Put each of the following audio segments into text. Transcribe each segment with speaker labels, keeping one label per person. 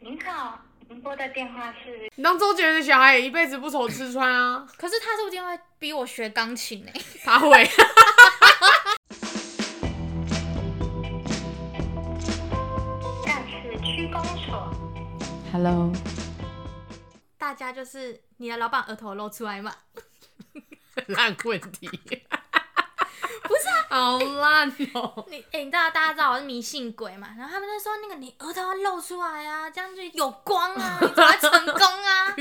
Speaker 1: 您好，您拨的电话是
Speaker 2: 你当周杰伦的小孩也一辈子不愁吃穿啊，
Speaker 3: 可是他说不定会逼我学钢琴呢、
Speaker 2: 他会。
Speaker 1: 干事区公所。
Speaker 4: Hello，
Speaker 3: 大家就是你的老板额头露出来嘛？
Speaker 2: 烂问题。不是、
Speaker 3: 啊
Speaker 2: 好烂哦、
Speaker 3: 你哎、你知道大家知道我是迷信鬼嘛？然后他们就说那个你额头要露出来啊，这样就有光啊，你才会成功 啊。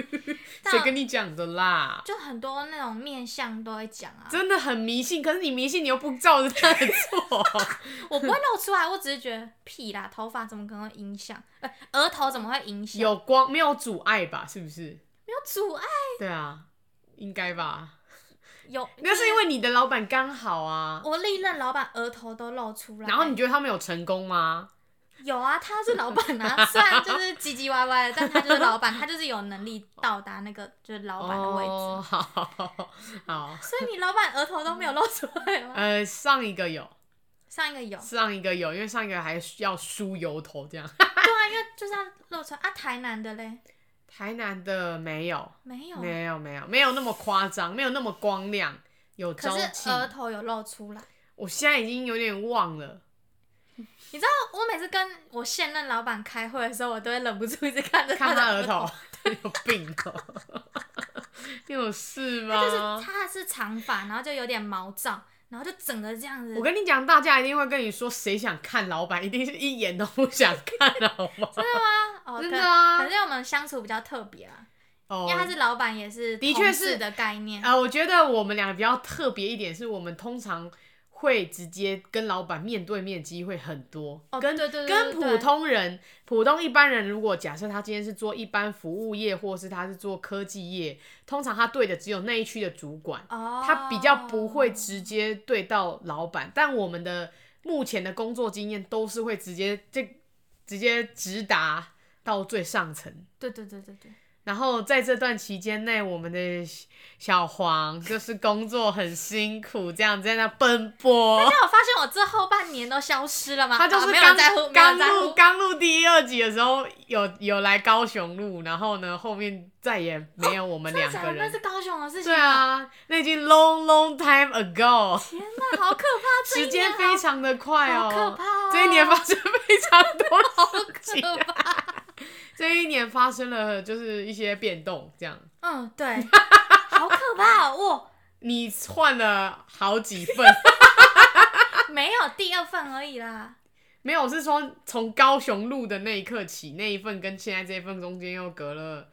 Speaker 2: 谁跟你讲的啦？
Speaker 3: 就很多那种面相都会讲啊，
Speaker 2: 真的很迷信，可是你迷信，你又不照着他的做，
Speaker 3: 我不会露出来，我只是觉得屁啦，头发怎么可能会影响？呃，额头怎么会影响？
Speaker 2: 有光没有阻碍吧？是不是？
Speaker 3: 没有阻碍？
Speaker 2: 对啊，应该吧。
Speaker 3: 有
Speaker 2: 那是因为你的老板刚好啊，
Speaker 3: 我历任老板额头都露出来，
Speaker 2: 然后你觉得他们有成功吗？
Speaker 3: 有啊，他是老板啊，虽然就是唧唧歪歪的，但他就是老板，他就是有能力到达那个就是老板的位置。
Speaker 2: 哦，好好好好，
Speaker 3: 所以你老板额头都没有露出来吗？
Speaker 2: 呃，上一个有，
Speaker 3: 上一个有，
Speaker 2: 上一个有，因为上一个还要梳油头这样。
Speaker 3: 对啊，因为就是他露出来啊，台南的嘞
Speaker 2: 台南的没有，
Speaker 3: 没有，啊
Speaker 2: 没有，没有，没有那么夸张，没有那么光亮，有
Speaker 3: 可
Speaker 2: 朝气
Speaker 3: 是。额头有露出来。
Speaker 2: 我现在已经有点忘 了，
Speaker 3: 你知道我每次跟我现任老板开会的时候，我都会忍不住一直看着
Speaker 2: 看
Speaker 3: 他
Speaker 2: 他
Speaker 3: 的
Speaker 2: 额头
Speaker 3: 头，，
Speaker 2: 你 有病哦、 你有事吗？
Speaker 3: 哎就是他是长发，然后就有点毛躁，然后就整个这样子
Speaker 2: 我。跟你讲，大家一定会跟你说，谁想看老板，一定是一眼都不想看，好吗？
Speaker 3: 哦，
Speaker 2: 真
Speaker 3: 可
Speaker 2: 的啊
Speaker 3: 可是我们相处比较特别啊，
Speaker 2: 哦
Speaker 3: 因为他是老板，也是
Speaker 2: 的确
Speaker 3: 同
Speaker 2: 是
Speaker 3: 事的概念。
Speaker 2: 啊、我觉得我们两个比较特别一点，是我们通常会直接跟老板面对面机会很多，
Speaker 3: 哦
Speaker 2: 跟
Speaker 3: 对对对
Speaker 2: 跟
Speaker 3: 对对
Speaker 2: 普通人、普通一般人，如果假设他今天是做一般服务业，或是他是做科技业，通常他对的只有那一区的主管，
Speaker 3: 哦，
Speaker 2: 啊他比较不会直接对到老板。但我们的目前的工作经验都是会直接这直接直达到最上层。
Speaker 3: 对对对对对，
Speaker 2: 然后在这段期间内，我们的小黄就是工作很辛苦，这样在那奔 波。
Speaker 3: 那我发现我这后半年都消失了吗？
Speaker 2: 他就
Speaker 3: 啊
Speaker 2: 是
Speaker 3: 没有
Speaker 2: 刚
Speaker 3: 人在乎，没有
Speaker 2: 刚
Speaker 3: 人在
Speaker 2: 录
Speaker 3: 乎。
Speaker 2: 刚录第二集的时候有有来高雄录，然后呢后面再也没有我们两
Speaker 3: 真
Speaker 2: 个
Speaker 3: 的假的那
Speaker 2: 人。
Speaker 3: 是高雄的事情
Speaker 2: 对
Speaker 3: 吗，
Speaker 2: 啊，那已经 long long time ago，
Speaker 3: 天哪，好可怕！这一
Speaker 2: 时间
Speaker 3: 年
Speaker 2: 非常的快哦，
Speaker 3: 好可怕哦
Speaker 2: 这一年发生非常多事情，
Speaker 3: 好可怕。
Speaker 2: 这一年发生了就是一些变动，这样。
Speaker 3: 嗯，对，好可怕哦！
Speaker 2: 你换了好几份，
Speaker 3: 哇，没有第二份而已啦。
Speaker 2: 没有，我是说从高雄录的那一刻起，那一份跟现在这一份中间又隔了，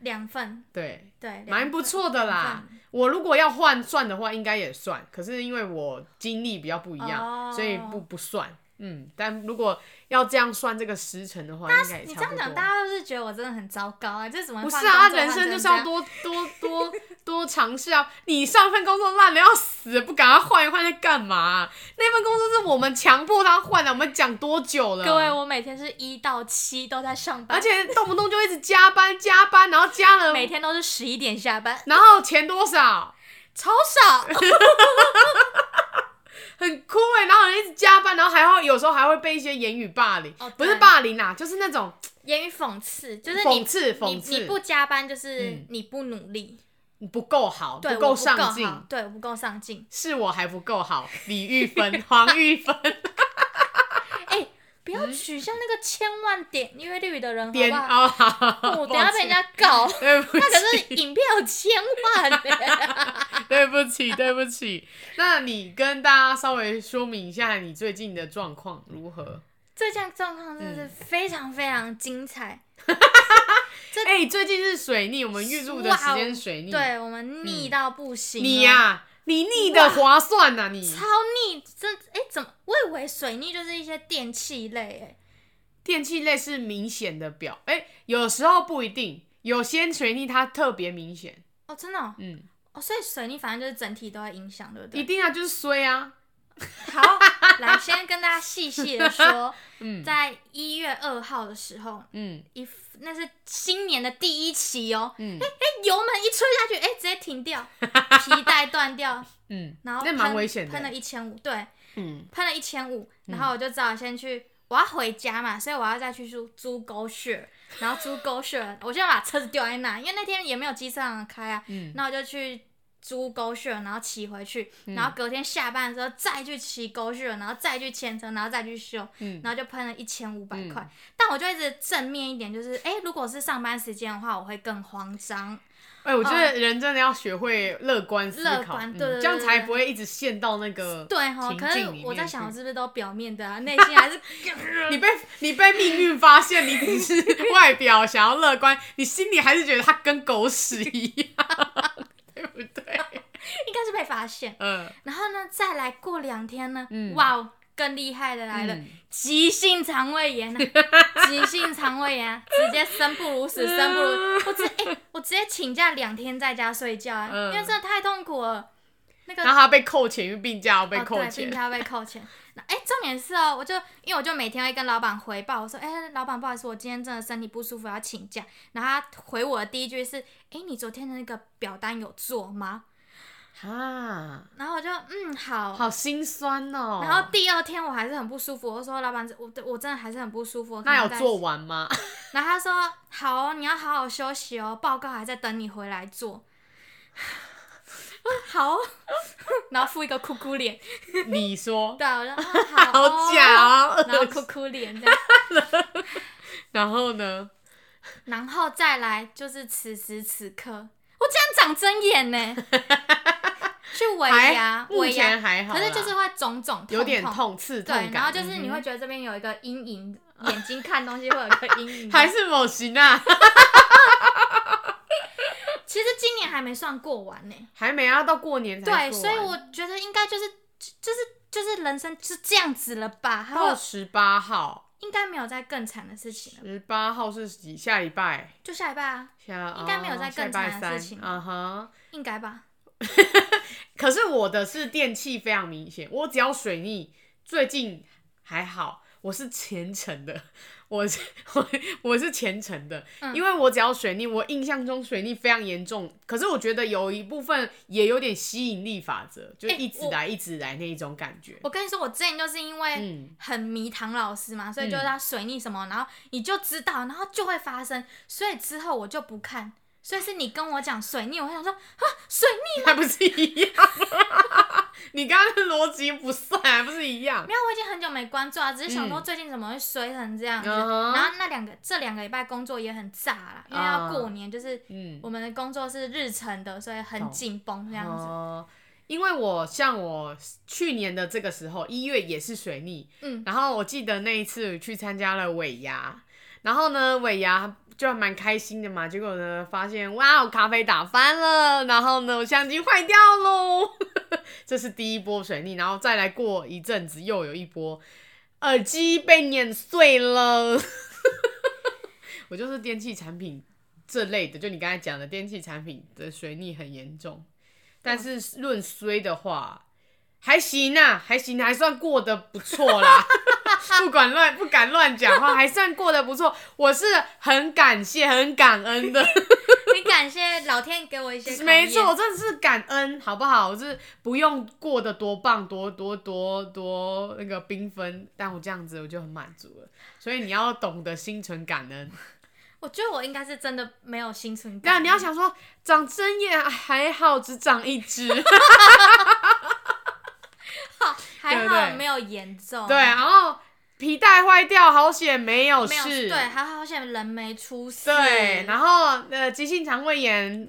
Speaker 3: 两份，
Speaker 2: 对，
Speaker 3: 对，两
Speaker 2: 蛮不错的啦
Speaker 3: 两份。
Speaker 2: 我如果要换算的话，应该也算，可是因为我经历比较不一样，
Speaker 3: 哦
Speaker 2: 所以不不算。嗯，但如果要这样算这个时辰的话，应该也
Speaker 3: 你这
Speaker 2: 差不
Speaker 3: 样
Speaker 2: 多
Speaker 3: 讲，。大家是不是觉得我真的很糟糕啊？这怎么
Speaker 2: 不
Speaker 3: 换
Speaker 2: 是啊，
Speaker 3: 工作
Speaker 2: 人生
Speaker 3: 换
Speaker 2: 就是
Speaker 3: 成
Speaker 2: 要
Speaker 3: 这样
Speaker 2: 多多多多尝试啊！你上份工作烂的要死，不赶快换一换在干嘛啊、那份工作是我们强迫他换的，我们讲多久了？
Speaker 3: 各位，我每天是一到七都在上班，
Speaker 2: 而且动不动就一直加班加班，然后加了，
Speaker 3: 每天都是十一点下班，
Speaker 2: 然后钱多少，
Speaker 3: 超少。
Speaker 2: 很酷哎，然后人一直加班，然后还要有时候还会被一些言语霸凌，
Speaker 3: 哦
Speaker 2: 不是
Speaker 3: 对
Speaker 2: 霸凌啦，就是那种
Speaker 3: 言语讽刺，就是
Speaker 2: 讽
Speaker 3: 你
Speaker 2: 刺讽刺
Speaker 3: 你你不加班就是
Speaker 2: 嗯
Speaker 3: 你不努力，
Speaker 2: 你不够好，
Speaker 3: 对，
Speaker 2: 够
Speaker 3: 我不
Speaker 2: 上
Speaker 3: 好
Speaker 2: 进，
Speaker 3: 对，我不够上进。
Speaker 2: 是我还不够好，李玉芬、黄玉 芬
Speaker 3: 哎、不要取笑那个千万点阅率的人，
Speaker 2: 点
Speaker 3: 好
Speaker 2: 哦，好好
Speaker 3: 不好？我
Speaker 2: 抱
Speaker 3: 等下被
Speaker 2: 歉
Speaker 3: 人家 告。
Speaker 2: 对不
Speaker 3: 那可
Speaker 2: 起，
Speaker 3: 是影片有千 万、欸，
Speaker 2: 对不起，对不起。啊 那你跟大家稍微说明一下你最近的状况如何？
Speaker 3: 这项状况真的是非常非常精彩。
Speaker 2: 哎、最近是水逆，我们预录的时间是水逆，
Speaker 3: 对啊我们逆到不行、啊
Speaker 2: 你、嗯呀、你逆的划算呐、你
Speaker 3: 超逆，这哎、怎么？我以为水逆就是一些电器类、哎，
Speaker 2: 电器类是明显的表，哎、有时候不一定，有些水逆它特别明显，
Speaker 3: 哦，真的哦、
Speaker 2: 嗯，
Speaker 3: 哦，所以水逆反正就是整体都会影响，对不
Speaker 2: 一
Speaker 3: 对？
Speaker 2: 定啊，就是衰啊，
Speaker 3: 好， 来先跟大家细细的说，
Speaker 2: 嗯
Speaker 3: 在一月二号的时候，
Speaker 2: 嗯
Speaker 3: 一那是新年的第一期哦，
Speaker 2: 嗯
Speaker 3: 哎、油门一吹下去，哎、直接 停掉，皮带断掉，
Speaker 2: 嗯，
Speaker 3: 然后
Speaker 2: 那
Speaker 3: 喷
Speaker 2: 蛮危险
Speaker 3: 喷了
Speaker 2: 的，
Speaker 3: 一千五，对，
Speaker 2: 嗯
Speaker 3: 喷了一千五，然后我就只好先去我要回家嘛，所以我要再去租租 Go Share，然后租 Go Share，我就 把车子丢在那，因为那天也没有机车行开啊，
Speaker 2: 嗯
Speaker 3: 那我就去租 Go Share，然后骑回去，然后隔天下班的时候再去骑 Go Share，然后再去牵车，然后再去修，
Speaker 2: 嗯
Speaker 3: 然后就喷了一千五百
Speaker 2: 嗯
Speaker 3: 块。但我就一直正面一点，就是哎、诶如果是上班时间的话，我会更慌张。
Speaker 2: 哎、我觉得人真的要学会乐观思
Speaker 3: 乐
Speaker 2: 考，
Speaker 3: 观
Speaker 2: 嗯
Speaker 3: 对对
Speaker 2: 这样
Speaker 3: 对
Speaker 2: 才
Speaker 3: 对
Speaker 2: 不会一直陷到那个
Speaker 3: 对哈，
Speaker 2: 情
Speaker 3: 可是
Speaker 2: 境里
Speaker 3: 我在
Speaker 2: 面
Speaker 3: 想，
Speaker 2: 去
Speaker 3: 我是不是都表面的、啊，内心还是
Speaker 2: 你被你被命运发现，你只是外表想要乐观，你心里还是觉得他跟狗屎一样，对不对？
Speaker 3: 应该是被发现。
Speaker 2: 嗯，
Speaker 3: 然后呢，再来过两天呢，
Speaker 2: 嗯
Speaker 3: 哇哦，更厉害的来了，
Speaker 2: 嗯
Speaker 3: 急性肠胃 炎啊，急性肠胃炎啊、直接生不如死，生不如我直哎、我直接请假两天在家睡觉、啊，
Speaker 2: 嗯
Speaker 3: 因为真的太痛苦了。那个
Speaker 2: 然后他被扣钱，因为病假要被扣
Speaker 3: 哦、对，
Speaker 2: 钱
Speaker 3: 并。且要被扣钱。那哎、重点是哦，我就因为我就每天会跟老板回报，我说，哎、老板，不好意思，我今天真的身体不舒服，要请假。然后他回我的第一句是，哎、你昨天的那个表单有做吗？
Speaker 2: 啊，
Speaker 3: 然后我就嗯好。
Speaker 2: 好心酸哦。
Speaker 3: 然后第二天我还是很不舒服，我说老板，我我真的还是很不舒服。我可
Speaker 2: 那
Speaker 3: 能
Speaker 2: 有
Speaker 3: 在
Speaker 2: 做完吗？
Speaker 3: 然后他说：“好、哦，你要好好休息哦，报告还在等你回来做。 我说”好 哦、然后附一个哭哭脸，
Speaker 2: 你说，
Speaker 3: 对啊，我说、哦、好、哦，
Speaker 2: 好假哦。
Speaker 3: 然后哭哭脸这样，
Speaker 2: 然后呢？
Speaker 3: 然后再来就是此时此刻，我竟然长针 眼呢，去尾牙
Speaker 2: 还，目
Speaker 3: 尾
Speaker 2: 前
Speaker 3: 牙，
Speaker 2: 还好
Speaker 3: 可
Speaker 2: 啦，
Speaker 3: 是就是会肿肿痛
Speaker 2: 有点
Speaker 3: 痛，
Speaker 2: 痛刺痛
Speaker 3: 对，
Speaker 2: 感。
Speaker 3: 然后就是你会
Speaker 2: 嗯
Speaker 3: 觉得这边有一个阴影，眼睛看东西会有一个阴 影
Speaker 2: 哼，还是某型啊，
Speaker 3: 其实今年还没算过完呢。
Speaker 2: 还没要到过年才
Speaker 3: 对，
Speaker 2: 做
Speaker 3: 所以
Speaker 2: 完
Speaker 3: 我觉得应该就是就是就是人生是这样子了吧？还
Speaker 2: 到
Speaker 3: 有
Speaker 2: 十八号。
Speaker 3: 应该没有再更惨的事情了，
Speaker 2: 十八号是几？下礼拜，
Speaker 3: 就下一拜啊，
Speaker 2: 下
Speaker 3: 应该没有
Speaker 2: 哦
Speaker 3: 再更
Speaker 2: 下礼
Speaker 3: 惨
Speaker 2: 拜
Speaker 3: 的
Speaker 2: 三
Speaker 3: 事情
Speaker 2: 啊哈。
Speaker 3: 应该吧？
Speaker 2: 可是我的是电器非常明显，我只要水逆，最近还好，我是虔诚的， 我是我我是虔诚的，
Speaker 3: 嗯
Speaker 2: 因为我只要水逆，我印象中水逆非常严重，可是我觉得有一部分也有点吸引力法则，就
Speaker 3: 欸
Speaker 2: 一直
Speaker 3: 我
Speaker 2: 来一直来那一种感觉。
Speaker 3: 我跟你说，我之前就是因为
Speaker 2: 嗯，
Speaker 3: 很迷唐老师嘛，所以就是他水逆什么，然后你就知道，然后就会发生，所以之后我就不看。所以是你跟我讲水逆，我想说啊，水逆
Speaker 2: 还不是一样吗？ 你刚刚的逻辑不算，还不是一样
Speaker 3: 没？有，我已经很久没关注啊，只是想说
Speaker 2: 嗯
Speaker 3: 最近怎么会水成这样子。
Speaker 2: 嗯哼
Speaker 3: 啊然后那两个这两个礼拜工作也很炸啦，因为要
Speaker 2: 啊
Speaker 3: 过年，就是
Speaker 2: 嗯，
Speaker 3: 我们的工作是日程的，所以很紧绷这样子。
Speaker 2: 哦，因为我像我去年的这个时候，一月也是水逆，
Speaker 3: 嗯，
Speaker 2: 然后我记得那一次去参加了尾牙，然后呢尾牙就还蛮开心的嘛，结果呢发现哇，我咖啡打翻了，然后呢我相机坏掉喽， 这是第一波水逆，然后再来过一阵子又有一波耳机被碾碎了， 我就是电器产品这类的，就你刚才讲的电器产品的水逆很严重，但是论衰的话。还行啊，还行，还算过得不错 啦。不管乱不敢乱讲话，还算过得不错。我是很感谢、很感恩的，
Speaker 3: 很感谢老天给我一些考验
Speaker 2: 没错，我，真的是感恩，好不好？我是不用过得多棒、多多多多那个缤纷，但我这样子我就很满足了。所以你要懂得心存感恩。
Speaker 3: 我觉得我应该是真的没有心存
Speaker 2: 那
Speaker 3: 感。
Speaker 2: 你要，想说，长针眼还好，只长一只。
Speaker 3: 还
Speaker 2: 对不
Speaker 3: 好
Speaker 2: 对
Speaker 3: 没有严重。
Speaker 2: 对，啊然后皮带坏掉，好险没有
Speaker 3: 没有
Speaker 2: 事。
Speaker 3: 对，还好险人没出事。
Speaker 2: 哦对，然后呃，急性肠胃炎，嗯，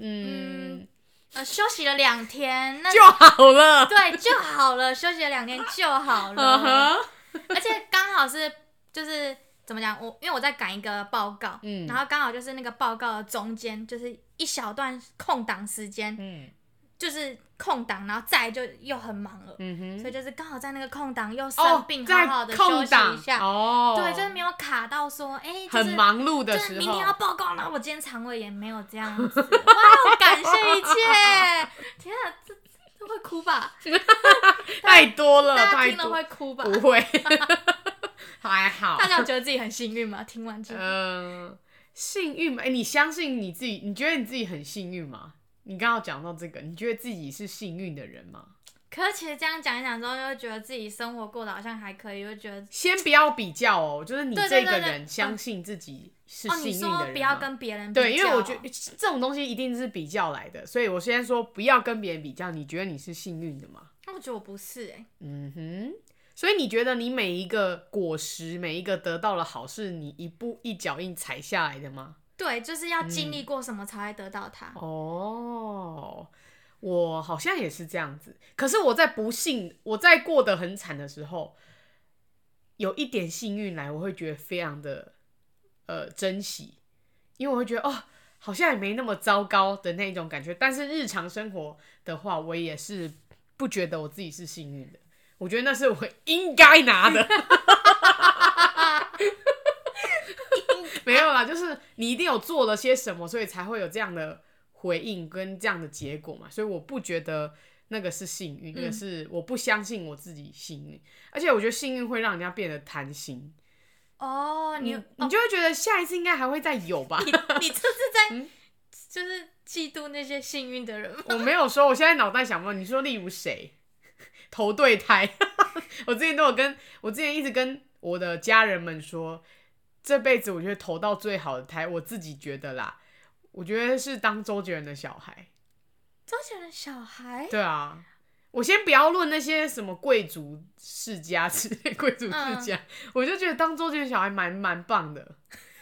Speaker 3: 嗯呃休息了两天，那
Speaker 2: 就好了。
Speaker 3: 对就好了，休息了 两天就好
Speaker 2: 嗯
Speaker 3: 了。
Speaker 2: 哼，
Speaker 3: 而且刚好是就是怎么讲，我因为我在赶一个报告，
Speaker 2: 嗯
Speaker 3: 然后刚好就是那个报告的中间就是一小段空档时间，
Speaker 2: 嗯
Speaker 3: 就是空档，然后再来就又很忙了，
Speaker 2: 嗯哼，
Speaker 3: 所以就是刚好在那个空档又
Speaker 2: 哦
Speaker 3: 生病，
Speaker 2: 在
Speaker 3: 好好的休
Speaker 2: 空
Speaker 3: 息
Speaker 2: 档
Speaker 3: 一下。
Speaker 2: 哦，
Speaker 3: 对，就是没有卡到说，哎、就是、
Speaker 2: 很忙碌的
Speaker 3: 就
Speaker 2: 时候，
Speaker 3: 是明天要报告，然后我今天肠胃炎没有这样子，哇，感谢一切！天啊，这这会哭吧？
Speaker 2: 太多了，
Speaker 3: 大家
Speaker 2: 哦太
Speaker 3: 听了
Speaker 2: 多
Speaker 3: 会，哭吧？
Speaker 2: 不 会，还好
Speaker 3: 大，家有觉得自己很幸运吗？听完之后，
Speaker 2: 嗯、幸运吗？哎、你相信你自己？你觉得你自己很幸运吗？你刚刚有讲到这个，你觉得自己是幸运的人吗？
Speaker 3: 可是其实这样讲一讲之后，就会觉得自己生活过得好像还可以，就觉得
Speaker 2: 先不要比较哦，就是你
Speaker 3: 对
Speaker 2: 这
Speaker 3: 对
Speaker 2: 个
Speaker 3: 对对
Speaker 2: 人相信自己是
Speaker 3: 哦，
Speaker 2: 幸
Speaker 3: 你
Speaker 2: 运的人吗、
Speaker 3: 说不要跟别人比较哦
Speaker 2: 对，因为我觉得这种东西一定是比较来的，所以我先说不要跟别人比较。你觉得你是幸运的吗？
Speaker 3: 那我觉得我不是哎、
Speaker 2: 嗯哼，所以你觉得你每一个果实，每一个得到的好，是你一步一脚印踩下来的吗？
Speaker 3: 对，就是
Speaker 2: 嗯
Speaker 3: 要经历过什么才会得到它。
Speaker 2: 哦，我好像也是这样子。可是我在不幸，我在过得很惨的时候，有一点幸运来，我会觉得非常的呃珍惜，因为我会觉得哦，好像也没那么糟糕的那种感觉。但是日常生活的话，我也是不觉得我自己是幸运的。我觉得那是我应该拿的，没有啦，就是你一定有做了些什么，所以才会有这样的回应跟这样的结果嘛。所以我不觉得那个是幸运，那个是我不相信我自己幸运。而且我觉得幸运会让人家变得贪心，
Speaker 3: 哦，你
Speaker 2: 你
Speaker 3: 哦
Speaker 2: 你就会觉得下一次应该还会再有吧。
Speaker 3: 你 你这是在、
Speaker 2: 嗯
Speaker 3: 就是嫉妒那些幸运的人吗？
Speaker 2: 我没有说，我现在脑袋想问，你说例如谁 投对胎？ 我之前都有跟我之前一直跟我的家人们说，这辈子我觉得投到最好的胎，我自己觉得啦，我觉得是当周杰伦的小孩。
Speaker 3: 周杰伦小孩，
Speaker 2: 对啊，我先不要论那些什么贵族世家之类，贵族世家，
Speaker 3: 嗯
Speaker 2: 我就觉得当周杰伦小孩蛮蛮棒的。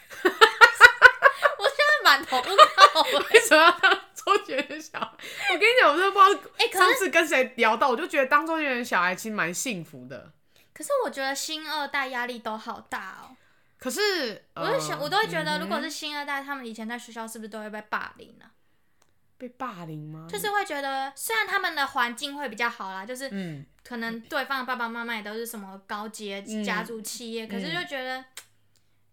Speaker 3: 我现在满头问号。
Speaker 2: 为什么要当周杰伦小孩？我跟你讲，我真的不
Speaker 3: 哎、
Speaker 2: 知道
Speaker 3: 可
Speaker 2: 上
Speaker 3: 是
Speaker 2: 次跟谁聊到，我就觉得当周杰伦小孩其实蛮幸福的。
Speaker 3: 可是我觉得新二代压力都好大哦。
Speaker 2: 可是，
Speaker 3: 我就想，
Speaker 2: 呃
Speaker 3: 我都会觉得，
Speaker 2: 嗯
Speaker 3: 如果是新二代，他们以前在学校是不是都会被霸凌啊？
Speaker 2: 被霸凌吗？
Speaker 3: 就是会觉得，虽然他们的环境会比较好啦，就是
Speaker 2: 嗯，
Speaker 3: 可能对方的爸爸妈妈也都是什么高阶
Speaker 2: 嗯
Speaker 3: 家族企业，可是就觉得，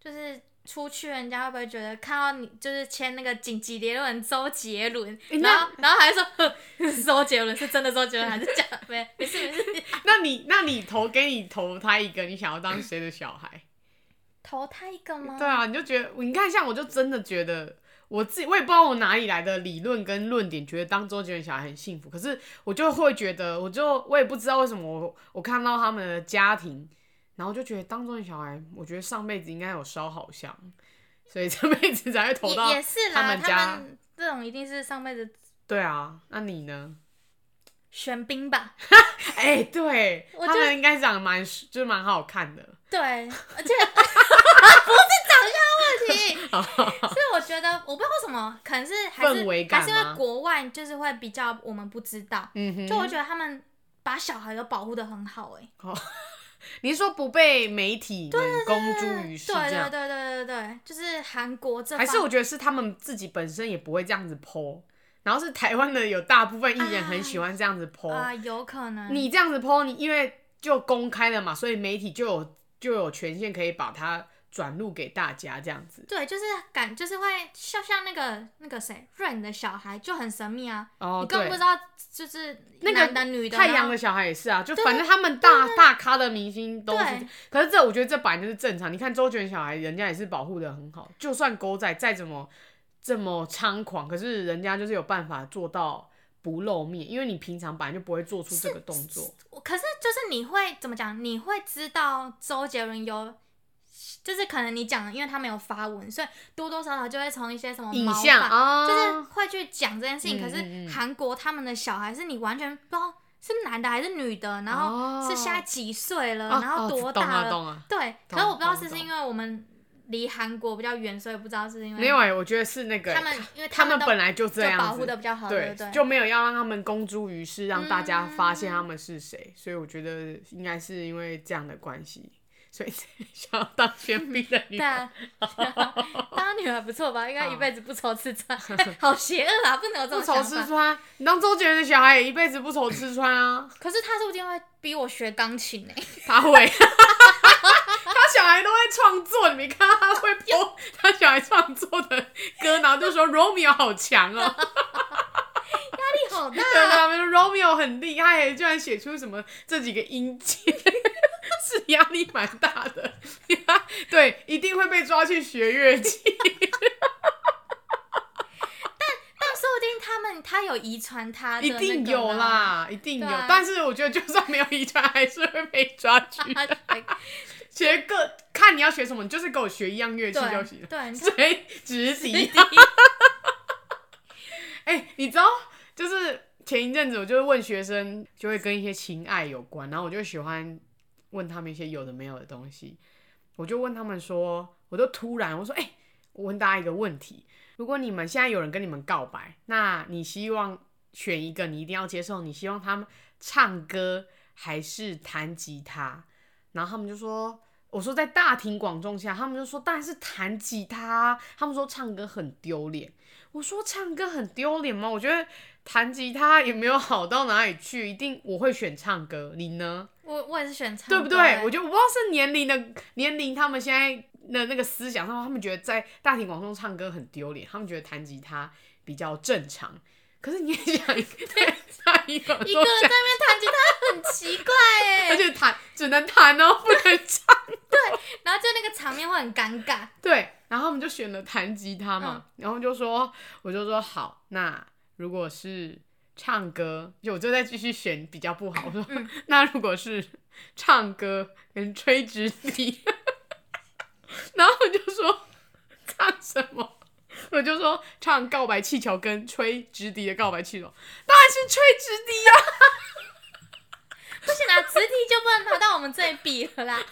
Speaker 3: 就是出去人家会不会觉得看到你就是签那个紧急联络人周杰伦，
Speaker 2: 诶那
Speaker 3: 然后然后还说呵是周杰伦是真的周杰伦还是假的？没没事没事，
Speaker 2: 那你那你投给你投胎一个，你想要当谁的小孩？
Speaker 3: 投胎一个吗？
Speaker 2: 对啊，你就觉得，你看像我就真的觉得我自己，我也不知道我哪里来的理论跟论点，觉得当周杰伦小孩很幸福。可是我就会觉得，我就我也不知道为什么我我看到他们的家庭，然后就觉得当周杰伦小孩，我觉得上辈子应该有烧好香，所以这辈子才会投到
Speaker 3: 也也是啦，
Speaker 2: 他
Speaker 3: 他
Speaker 2: 们家。
Speaker 3: 这种一定是上辈子
Speaker 2: 对啊，那你呢？
Speaker 3: 玄彬吧？
Speaker 2: 哎、对，
Speaker 3: 我
Speaker 2: 他
Speaker 3: 就
Speaker 2: 们应该长得蛮就是蛮好看 的。
Speaker 3: 对，而且不是 长相问题。所以我觉得，我不知道为什么，可能是还是
Speaker 2: 氛围感
Speaker 3: 还
Speaker 2: 吗
Speaker 3: 是因为国外就是会比较我们不知道，
Speaker 2: 嗯哼，
Speaker 3: 就我觉得他们把小孩都保护的很好、哎，
Speaker 2: 你是说不被媒体们公诸于世这
Speaker 3: 对对
Speaker 2: 样？
Speaker 3: 对对对对，就是韩国这
Speaker 2: 还
Speaker 3: 方
Speaker 2: 是我觉得是他们自己本身也不会这样子剖，然后是台湾的有大部分艺人很喜欢这样子剖。
Speaker 3: 啊、有可能
Speaker 2: 哦你这样子剖，你因为就公开了嘛，所以媒体就有就有权限可以把它转录给大家这样子。
Speaker 3: 对，就是感就是会像像那个那个谁 Rain 的小孩就很神秘啊，
Speaker 2: 哦
Speaker 3: 你，根本
Speaker 2: 对
Speaker 3: 不知，道就是
Speaker 2: 那个
Speaker 3: 男的女的
Speaker 2: 太阳
Speaker 3: 然
Speaker 2: 的
Speaker 3: 后
Speaker 2: 小孩也是啊，就
Speaker 3: 对啊
Speaker 2: 反正他们大大咖的明星都是这样
Speaker 3: 对。
Speaker 2: 可是这我觉得这本来就是正常。你看周杰伦小孩，人家也是保护的很好，就算狗仔再怎么这么猖狂，可是人家就是有办法做到不露面，因为你平常本来就不会做出这个动作。
Speaker 3: 我可是就是你会怎么讲？你会知道周杰伦有，就是可能你讲，因为他没有发文，所以多多少少就会从一些什么
Speaker 2: 影
Speaker 3: 毛
Speaker 2: 像
Speaker 3: 发
Speaker 2: 哦
Speaker 3: 就是会去讲这件事情。
Speaker 2: 嗯
Speaker 3: 可
Speaker 2: 嗯嗯
Speaker 3: 是韩国他们的小孩是你完全不知道是男的还是女的，然后是现在几岁了，
Speaker 2: 哦
Speaker 3: 然后多
Speaker 2: 懂
Speaker 3: 大
Speaker 2: 啊
Speaker 3: 了，
Speaker 2: 懂啊。
Speaker 3: 对。可是我不知道
Speaker 2: 懂
Speaker 3: 是不是
Speaker 2: 懂
Speaker 3: 因为我们离韩国比较远，所以不知道是不是因为
Speaker 2: 没有哎、我觉得是那个欸、
Speaker 3: 他们，因为
Speaker 2: 他
Speaker 3: 们
Speaker 2: 们
Speaker 3: 都
Speaker 2: 本来就这
Speaker 3: 就
Speaker 2: 样
Speaker 3: 保护
Speaker 2: 子
Speaker 3: 的比较好，对
Speaker 2: 对
Speaker 3: 不对？
Speaker 2: 就没有要让他们公诸于世，让大家发现
Speaker 3: 嗯
Speaker 2: 他们是谁，所以我觉得应该是因为这样的关系，所以想要当玄彬的女
Speaker 3: 对
Speaker 2: 儿。
Speaker 3: 啊，当女儿不错吧？应该
Speaker 2: 好
Speaker 3: 一辈子不愁吃穿，哎 好邪恶啊！不能有这
Speaker 2: 不愁
Speaker 3: 种想
Speaker 2: 吃
Speaker 3: 法。
Speaker 2: 穿，你当周杰伦的小孩也一辈子不愁吃穿啊！
Speaker 3: 可是他说不定会逼我学钢琴 呢、
Speaker 2: 他会， 他小孩都会创作，你没看到他会 播他小孩创作的歌，然后就说 Romeo 好强哦、
Speaker 3: 压力好大
Speaker 2: 对，他们说 Romeo 很厉害，居然写出什么这几个音节， 是压力蛮大的。 对，一定会被抓去学乐器。
Speaker 3: 但说不定他们就是他有遗传他的、
Speaker 2: 一
Speaker 3: 那个
Speaker 2: 定有
Speaker 3: 啦。
Speaker 2: 啦，一定有
Speaker 3: 对啊。
Speaker 2: 但是我觉得，就算没有遗传，还是会被抓去。
Speaker 3: 对
Speaker 2: 学个看你要学什么，你就是给我学一样乐器就行了。
Speaker 3: 对，啊
Speaker 2: 谁直笛？哎、你知道，就是前一阵子，我就是问学生，就会跟一些情爱有关，然后我就喜欢问他们一些有的没有的东西。我就问他们说，我就突然我说，哎、我问大家一个问题：如果你们现在有人跟你们告白，那你希望选一个你一定要接受，你希望他们唱歌还是弹吉他？然后他们就说，我说在大庭广众下，他们就说当然是弹吉他，啊他们说唱歌很丢脸。我说唱歌很丢脸吗？我觉得弹吉他也没有好到哪里去，一定我会选唱歌。你呢？
Speaker 3: 我我也是选唱歌，欸
Speaker 2: 对不对？我觉得我不知道是年龄的年龄，他们现在的那个思想上，他们觉得在大庭广众唱歌很丢脸，他们觉得弹吉他比较正常。可是你也想 对大庭广
Speaker 3: 一
Speaker 2: 众
Speaker 3: 个人 在
Speaker 2: 下，
Speaker 3: 那边弹吉他很奇怪
Speaker 2: 而
Speaker 3: 哎，
Speaker 2: 且弹只能弹哦，不能唱。
Speaker 3: 然后就那个场面会很尴尬。
Speaker 2: 对，然后我们就选了弹吉他嘛，然后就说，我就说好，那如果是唱歌，就我就再继续选比较不好。我说、 那如果是唱歌跟吹直笛， 然后我就说唱什么？我就说唱告白气球跟吹直笛的告白气球，当然是吹直笛呀、啊
Speaker 3: 不行啦，直笛就不能爬到我们这里比了啦。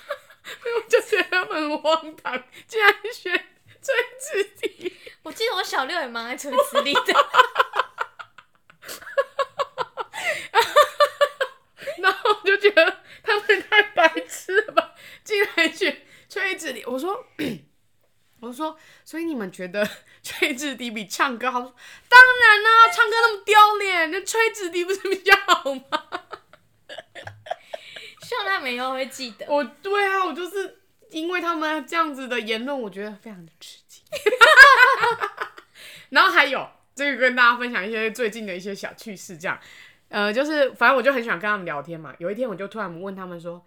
Speaker 2: 我就觉得很荒唐，竟然选吹直笛。
Speaker 3: 我记得我小六也蛮爱吹直笛的，
Speaker 2: 然后我就觉得他们太白痴了吧，竟然选吹直笛。我说，我说，所以你们觉得 吹直笛比唱歌好？他说当然啦、唱歌那么丢脸，那吹直笛不是比较好吗？
Speaker 3: 希望他们以后会记得。
Speaker 2: 我对啊，我就是因为他们这样子的言论，我觉得非常的吃惊。然后还有这个跟大家分享一些最近的一些小趣事，这样，呃，就是反正我就很喜欢跟他们聊天嘛。有一天我就突然问他们说：“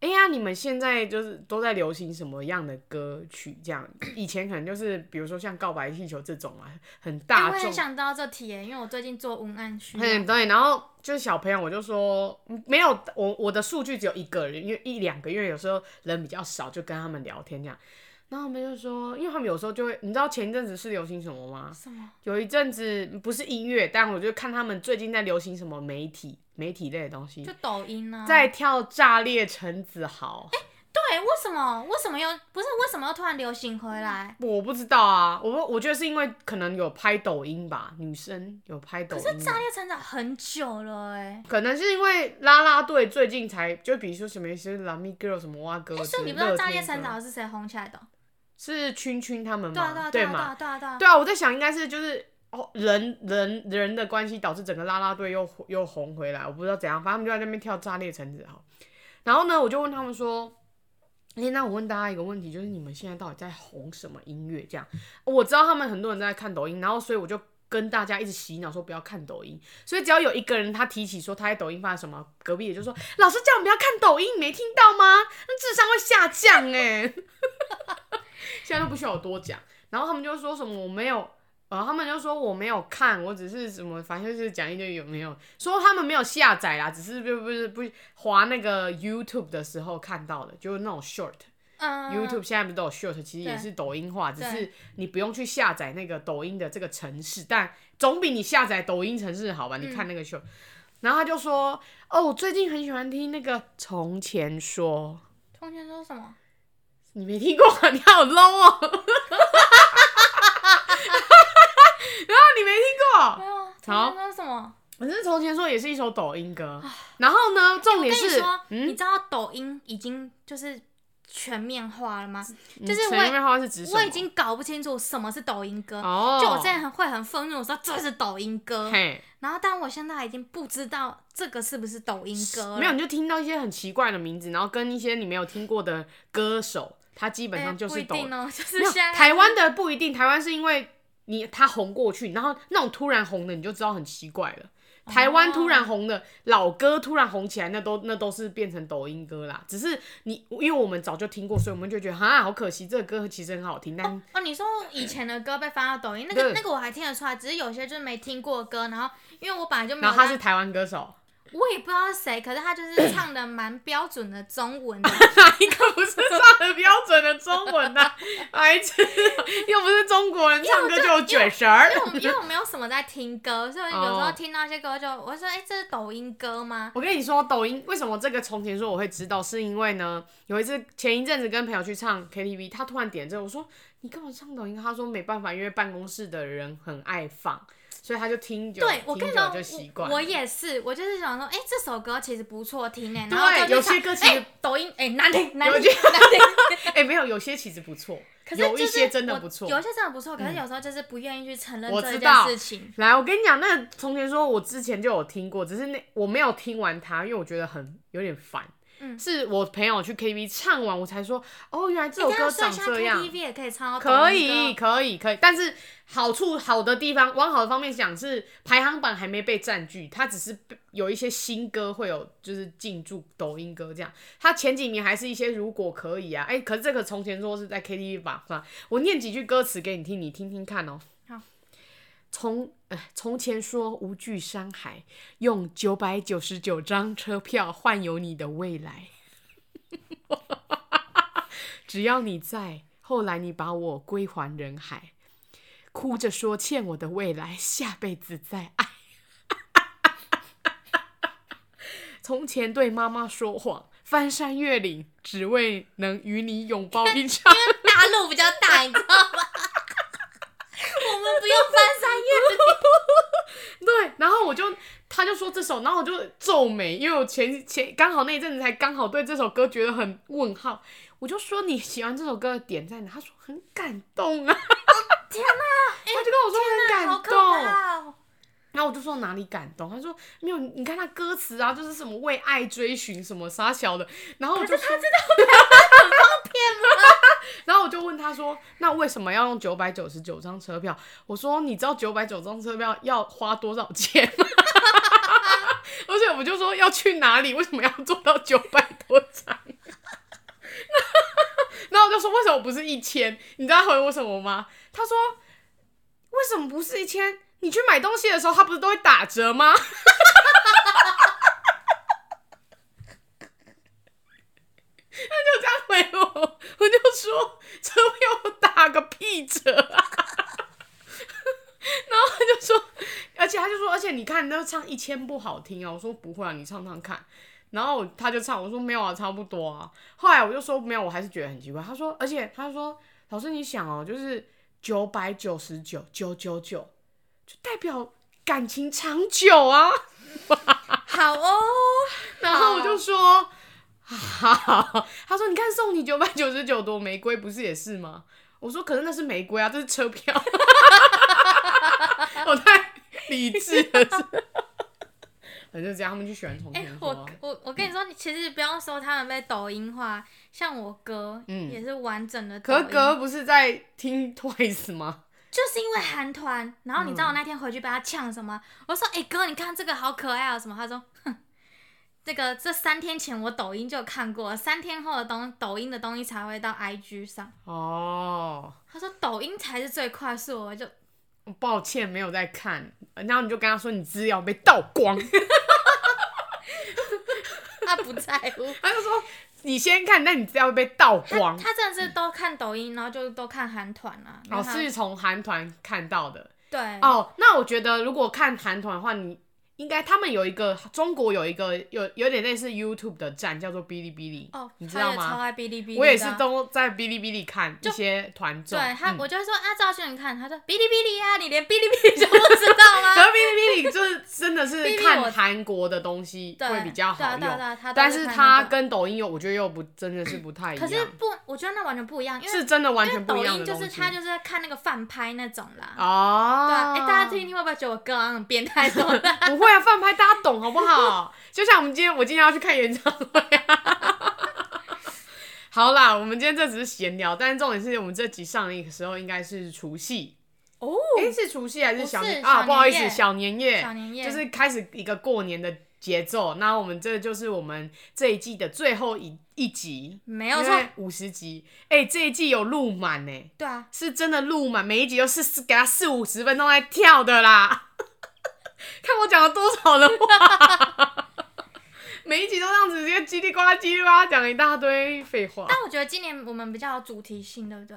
Speaker 2: 哎呀，你们现在就是都在流行什么样的歌曲？这样以前可能就是比如说像《告白气球》这种啊，很
Speaker 3: 哎
Speaker 2: 大
Speaker 3: 我也
Speaker 2: 众
Speaker 3: 很。想到这题耶，因为我最近做文案需要。
Speaker 2: 嗯，对，然后就是小朋友，我就说嗯没有，我我的数据只有一个人，因为一两个月有时候人比较少，就跟他们聊天这样。然后他们就说，因为他们有时候就会，你知道前一阵子是流行什么吗？
Speaker 3: 什么？
Speaker 2: 有一阵子不是音乐，但我就看他们最近在流行什么媒体媒体类的东西
Speaker 3: 就，抖音啊？
Speaker 2: 在跳《炸裂陈子豪》
Speaker 3: 哎对，为什么？为什么又不是？为什么又突然流行回来？
Speaker 2: 我不知道啊，我我觉得是因为可能有拍抖音吧，女生有拍抖音。
Speaker 3: 可
Speaker 2: 啊
Speaker 3: 是炸裂成长很久了哎，
Speaker 2: 可能是因为啦啦队最近才，就比如说什么一些 l a m i Girl 什么蛙哥之类的，
Speaker 3: 哎所以你不知道炸裂
Speaker 2: 乐
Speaker 3: 成
Speaker 2: 天哥
Speaker 3: 长是谁红起来的哦？
Speaker 2: 是圈圈他们
Speaker 3: 对啊，对
Speaker 2: 嘛，
Speaker 3: 啊，对啊，对
Speaker 2: 嘛
Speaker 3: 啊，，对啊，对啊。
Speaker 2: 对啊，我在想应该是就是哦人人人的关系导致整个啦啦队又又红回来，我不知道怎样，反正他们就在那边跳炸裂橙子哈。然后呢，我就问他们说。哎、那我问大家一个问题，就是你们现在到底在红什么音乐？这样，我知道他们很多人在看抖音，然后所以我就跟大家一直洗脑说不要看抖音。所以只要有一个人他提起说他在抖音发什么，隔壁也就说老师叫我们不要看抖音，你没听到吗？那智商会下降哎、 现在都不需要我多讲。然后他们就说什么我没有，呃，他们就说我没有看，我只是什么，反正就是讲一堆有没有，说他们没有下载啦，只是不不是不滑那个 YouTube 的时候看到的，就是那种 short。
Speaker 3: 嗯
Speaker 2: YouTube 现在不是都有 short，其实也
Speaker 3: 对
Speaker 2: 是抖音化，只
Speaker 3: 对
Speaker 2: 是你不用去下载那个抖音的这个城市，但总比你下载抖音城市好吧？你看
Speaker 3: 嗯
Speaker 2: 那个 short，、然后他就说，哦，我最近很喜欢听那个《从前说》。
Speaker 3: 同学说什么？
Speaker 2: 你没听过啊？你好 low 哦！然后你没听
Speaker 3: 没
Speaker 2: 过，
Speaker 3: 有啊。
Speaker 2: 哦好
Speaker 3: 同学说什么？
Speaker 2: 可是从前说也是一首抖音歌。然后呢，重
Speaker 3: 哎我
Speaker 2: 点
Speaker 3: 跟你
Speaker 2: 是，
Speaker 3: 说，你
Speaker 2: 嗯，
Speaker 3: 知道抖音已经就是全面化了吗？就是
Speaker 2: 陈
Speaker 3: 我
Speaker 2: 玉
Speaker 3: 已
Speaker 2: 嗯面花是指什么
Speaker 3: 我已经搞不清楚什么是抖音歌。
Speaker 2: 哦，
Speaker 3: 就我之前很会很愤怒，我说这是抖音歌，
Speaker 2: 嘿，
Speaker 3: 然后但我现在已经不知道这个是不是抖音歌了。
Speaker 2: 没有，你就听到一些很奇怪的名字，然后跟一些你没有听过的歌手，他基本
Speaker 3: 哎，
Speaker 2: 上就是
Speaker 3: 不
Speaker 2: 抖
Speaker 3: 一
Speaker 2: 音。
Speaker 3: 定哦，就是
Speaker 2: 没有
Speaker 3: 现在
Speaker 2: 台湾的不一定，台湾是因为你他红过去，然后那种突然红的你就知道很奇怪了。
Speaker 3: 哦
Speaker 2: 台湾突然红的老歌突然红起来，那都那都是变成抖音歌啦。只是你因为我们早就听过，所以我们就觉得哈好可惜，这个歌其实很好听，但
Speaker 3: 哦，你说以前的歌被发到抖音，那个
Speaker 2: 对
Speaker 3: 那个我还听得出来，只是有些就是没听过的歌，然后因为我本来就没
Speaker 2: 然
Speaker 3: 有
Speaker 2: 后他
Speaker 3: 在，
Speaker 2: 是台湾歌手，
Speaker 3: 我也不知道是谁，可是他就是唱的蛮标准的中文 的，
Speaker 2: 哪一个不是唱的标准的中文呢、 白痴，又不是中国人唱歌就有卷舌儿
Speaker 3: 因。为我因为我没有什么在听歌，所以有时候
Speaker 2: 哦
Speaker 3: 听到一些歌就我就说，哎、这是抖音歌吗？
Speaker 2: 我跟你说，抖音为什么这个从前说我会知道，是因为呢，有一次前一阵子跟朋友去唱 KTV，他突然点这个，我说你干嘛唱抖音歌？他说没办法，因为办公室的人很爱放，所以他就听久，
Speaker 3: 对，我
Speaker 2: 听
Speaker 3: 跟你
Speaker 2: 久
Speaker 3: 说，
Speaker 2: 就习
Speaker 3: 我
Speaker 2: 惯。
Speaker 3: 我也是，我就是想说，哎、这首歌其实不错听诶、
Speaker 2: 对
Speaker 3: 然后就去
Speaker 2: 有
Speaker 3: 唱
Speaker 2: 些歌其实
Speaker 3: 哎抖音哎、难听难
Speaker 2: 有
Speaker 3: 听
Speaker 2: 些
Speaker 3: 难听，
Speaker 2: 哎、没有，有些其实不错，
Speaker 3: 可是
Speaker 2: 有
Speaker 3: 就
Speaker 2: 一
Speaker 3: 是
Speaker 2: 些真的
Speaker 3: 我
Speaker 2: 不错。嗯
Speaker 3: 有一些真的不错，可是有时候就是不愿意去承认
Speaker 2: 我
Speaker 3: 这
Speaker 2: 知
Speaker 3: 件
Speaker 2: 道
Speaker 3: 事情。
Speaker 2: 来，我跟你讲，那个从前说，我之前就有听过，只是那我没有听完它，因为我觉得很有点烦。
Speaker 3: 嗯
Speaker 2: 是我朋友去 KTV 唱完，我才说，哦，原来这首
Speaker 3: 欸等
Speaker 2: 歌
Speaker 3: 一下
Speaker 2: 长
Speaker 3: 所
Speaker 2: 这
Speaker 3: 以现在
Speaker 2: 样
Speaker 3: KTV。也可以唱到
Speaker 2: 可
Speaker 3: 抖
Speaker 2: 以，
Speaker 3: 音歌，
Speaker 2: 可以，可以，但是好处好的地方，往好的方面想是排行榜还没被占据，它只是被有一些新歌会有就是进驻抖音歌这样。它前几名还是一些如果可以啊，哎、可是这个从前说是在 KTV 榜上，我念几句歌词给你听，你听听看哦、
Speaker 3: 好，
Speaker 2: 从呃从前说无惧山海，用九百九十九张车票换有你的未来。只要你在，后来你把我归还人海，哭着说欠我的未来，下辈子再爱。 从前对妈妈说谎，翻山越岭，只为能与你拥抱一场。
Speaker 3: 大陆比较大，你知道吗？ 我们不用翻山 越岭，
Speaker 2: 对，然后我就，他就说这首，然后我就皱眉，因为我前前刚好那一阵子才刚好对这首歌觉得很问号，我就说你喜欢这首歌的点在哪？他说很感动啊，
Speaker 3: 天哪，
Speaker 2: 他就跟我说很
Speaker 3: 好
Speaker 2: 感
Speaker 3: 可
Speaker 2: 动，
Speaker 3: 怕哦！
Speaker 2: 然后我就说哪里感动，他说没有，你看他歌词啊，就是什么为爱追寻什么傻小的，然后我就 说， 然后我就问他说，那为什么要用九百九十九张车票？我说你知道九百九张车票要花多少钱吗？ 而且我就说要去哪里，为什么要做到九百多张？ 然后我就说为什么不是一千？你知道他回我什么吗？他说为什么不是一千？你去买东西的时候，他不是都会打折吗？ 他就这样回我，我就说车票打个屁折啊！然后他就说，而且他就说，而且你看，那唱一千不好听啊！我说不会啊，你唱唱看。然后他就唱，我说没有啊，差不多啊。后来我就说没有，我还是觉得很奇怪。他说，而且他说，老师你想哦，就是九百九十九九九九，就代表感情长久啊。
Speaker 3: 好哦，
Speaker 2: 然后我就说，哈哈哈，他说你看送你九百九十九朵玫瑰不是也是吗？我说可是那是玫瑰啊，这是车票。 我太理智了，是反正这样他们就喜欢从
Speaker 3: 哎、
Speaker 2: 前说啊、
Speaker 3: 我我我跟你说，你其实不用说他们被抖音化，像我哥，
Speaker 2: 嗯
Speaker 3: 也是完整的抖
Speaker 2: 可
Speaker 3: 音。
Speaker 2: 格不是在听 Twice 吗？
Speaker 3: 就是因为韩团，然后你知
Speaker 2: 嗯
Speaker 3: 道我那天回去被他呛什么？我说：“哎、哥，你看这个好可爱啊、什么？”他说：“哼，这个这三天前我抖音就有看过，三天后的东抖音的东西才会到 IG 上。
Speaker 2: 哦，”
Speaker 3: 他说：“抖音才是最快速。”我就
Speaker 2: 抱歉没有在看，然后你就跟他说你资料被盗 光，
Speaker 3: 他不在
Speaker 2: ，
Speaker 3: 乎
Speaker 2: 他就说你先看，但你资料被盗光。
Speaker 3: 他真的是都看抖音，然后就都看韩团啊。
Speaker 2: 哦，
Speaker 3: 然后他嗯
Speaker 2: 是从韩团看到的。
Speaker 3: 对
Speaker 2: 哦，那我觉得如果看韩团的话，你应该他们有一个中国有一个有有点类似 YouTube 的站叫做哔哩哔哩，
Speaker 3: 哦，
Speaker 2: 你知
Speaker 3: 他
Speaker 2: 道
Speaker 3: 也超
Speaker 2: 吗？
Speaker 3: 爱哔哩哔哩的啊，
Speaker 2: 我也是都在哔哩哔哩看一些团综，
Speaker 3: 对他，
Speaker 2: 嗯
Speaker 3: 我就会说啊，赵轩，你看，他说哔哩哔哩啊，你连哔哩哔哩都不知道
Speaker 2: 可是
Speaker 3: 吗？
Speaker 2: 哔哩哔 哩就是真的
Speaker 3: 哔
Speaker 2: 是
Speaker 3: 哩哔哩我
Speaker 2: 看韩国的东 西
Speaker 3: 对
Speaker 2: 会比较好
Speaker 3: 对啊对啊对啊
Speaker 2: 用
Speaker 3: 他，都
Speaker 2: 但
Speaker 3: 是
Speaker 2: 是
Speaker 3: 看
Speaker 2: 它
Speaker 3: 那个
Speaker 2: 跟抖音有，我觉得又不真的是不太一
Speaker 3: 可是
Speaker 2: 样，
Speaker 3: 不，我觉得那完全不一样，因为
Speaker 2: 是真的完
Speaker 3: 因为
Speaker 2: 全不一
Speaker 3: 抖
Speaker 2: 样
Speaker 3: 音
Speaker 2: 的
Speaker 3: 就
Speaker 2: 东
Speaker 3: 是
Speaker 2: 西。
Speaker 3: 他就是在看那个饭拍那种啦。
Speaker 2: 哦，
Speaker 3: 对啊，哎、大家听一听会不会觉得我歌好像很变态什 么的？
Speaker 2: 不会啊，饭拍大家懂好不 好？就像我们今天，我今天要去看演唱会、啊。 好啦，我们今天这只是闲聊，但是重点是我们这集上映的时候应该是除夕，
Speaker 3: 哦，
Speaker 2: 哎、是除夕还是
Speaker 3: 不
Speaker 2: 小
Speaker 3: 是
Speaker 2: 年
Speaker 3: 小
Speaker 2: 啊？不好意
Speaker 3: 年
Speaker 2: 思，
Speaker 3: 夜
Speaker 2: 小年夜，
Speaker 3: 小年夜
Speaker 2: 就是开始一个过年的节奏。那我们这就是我们这一季的最后一一集，
Speaker 3: 没有错，，
Speaker 2: 五十集。哎、这一季有录满呢，
Speaker 3: 对啊，
Speaker 2: 是真的录满，每一集都是四给他四五十分钟在跳的啦。 看我讲了多少的话， 每一集都这样子，直接叽里呱啦叽里呱啦讲了一大堆废话。
Speaker 3: 但我觉得今年我们比较有主题性，对不对？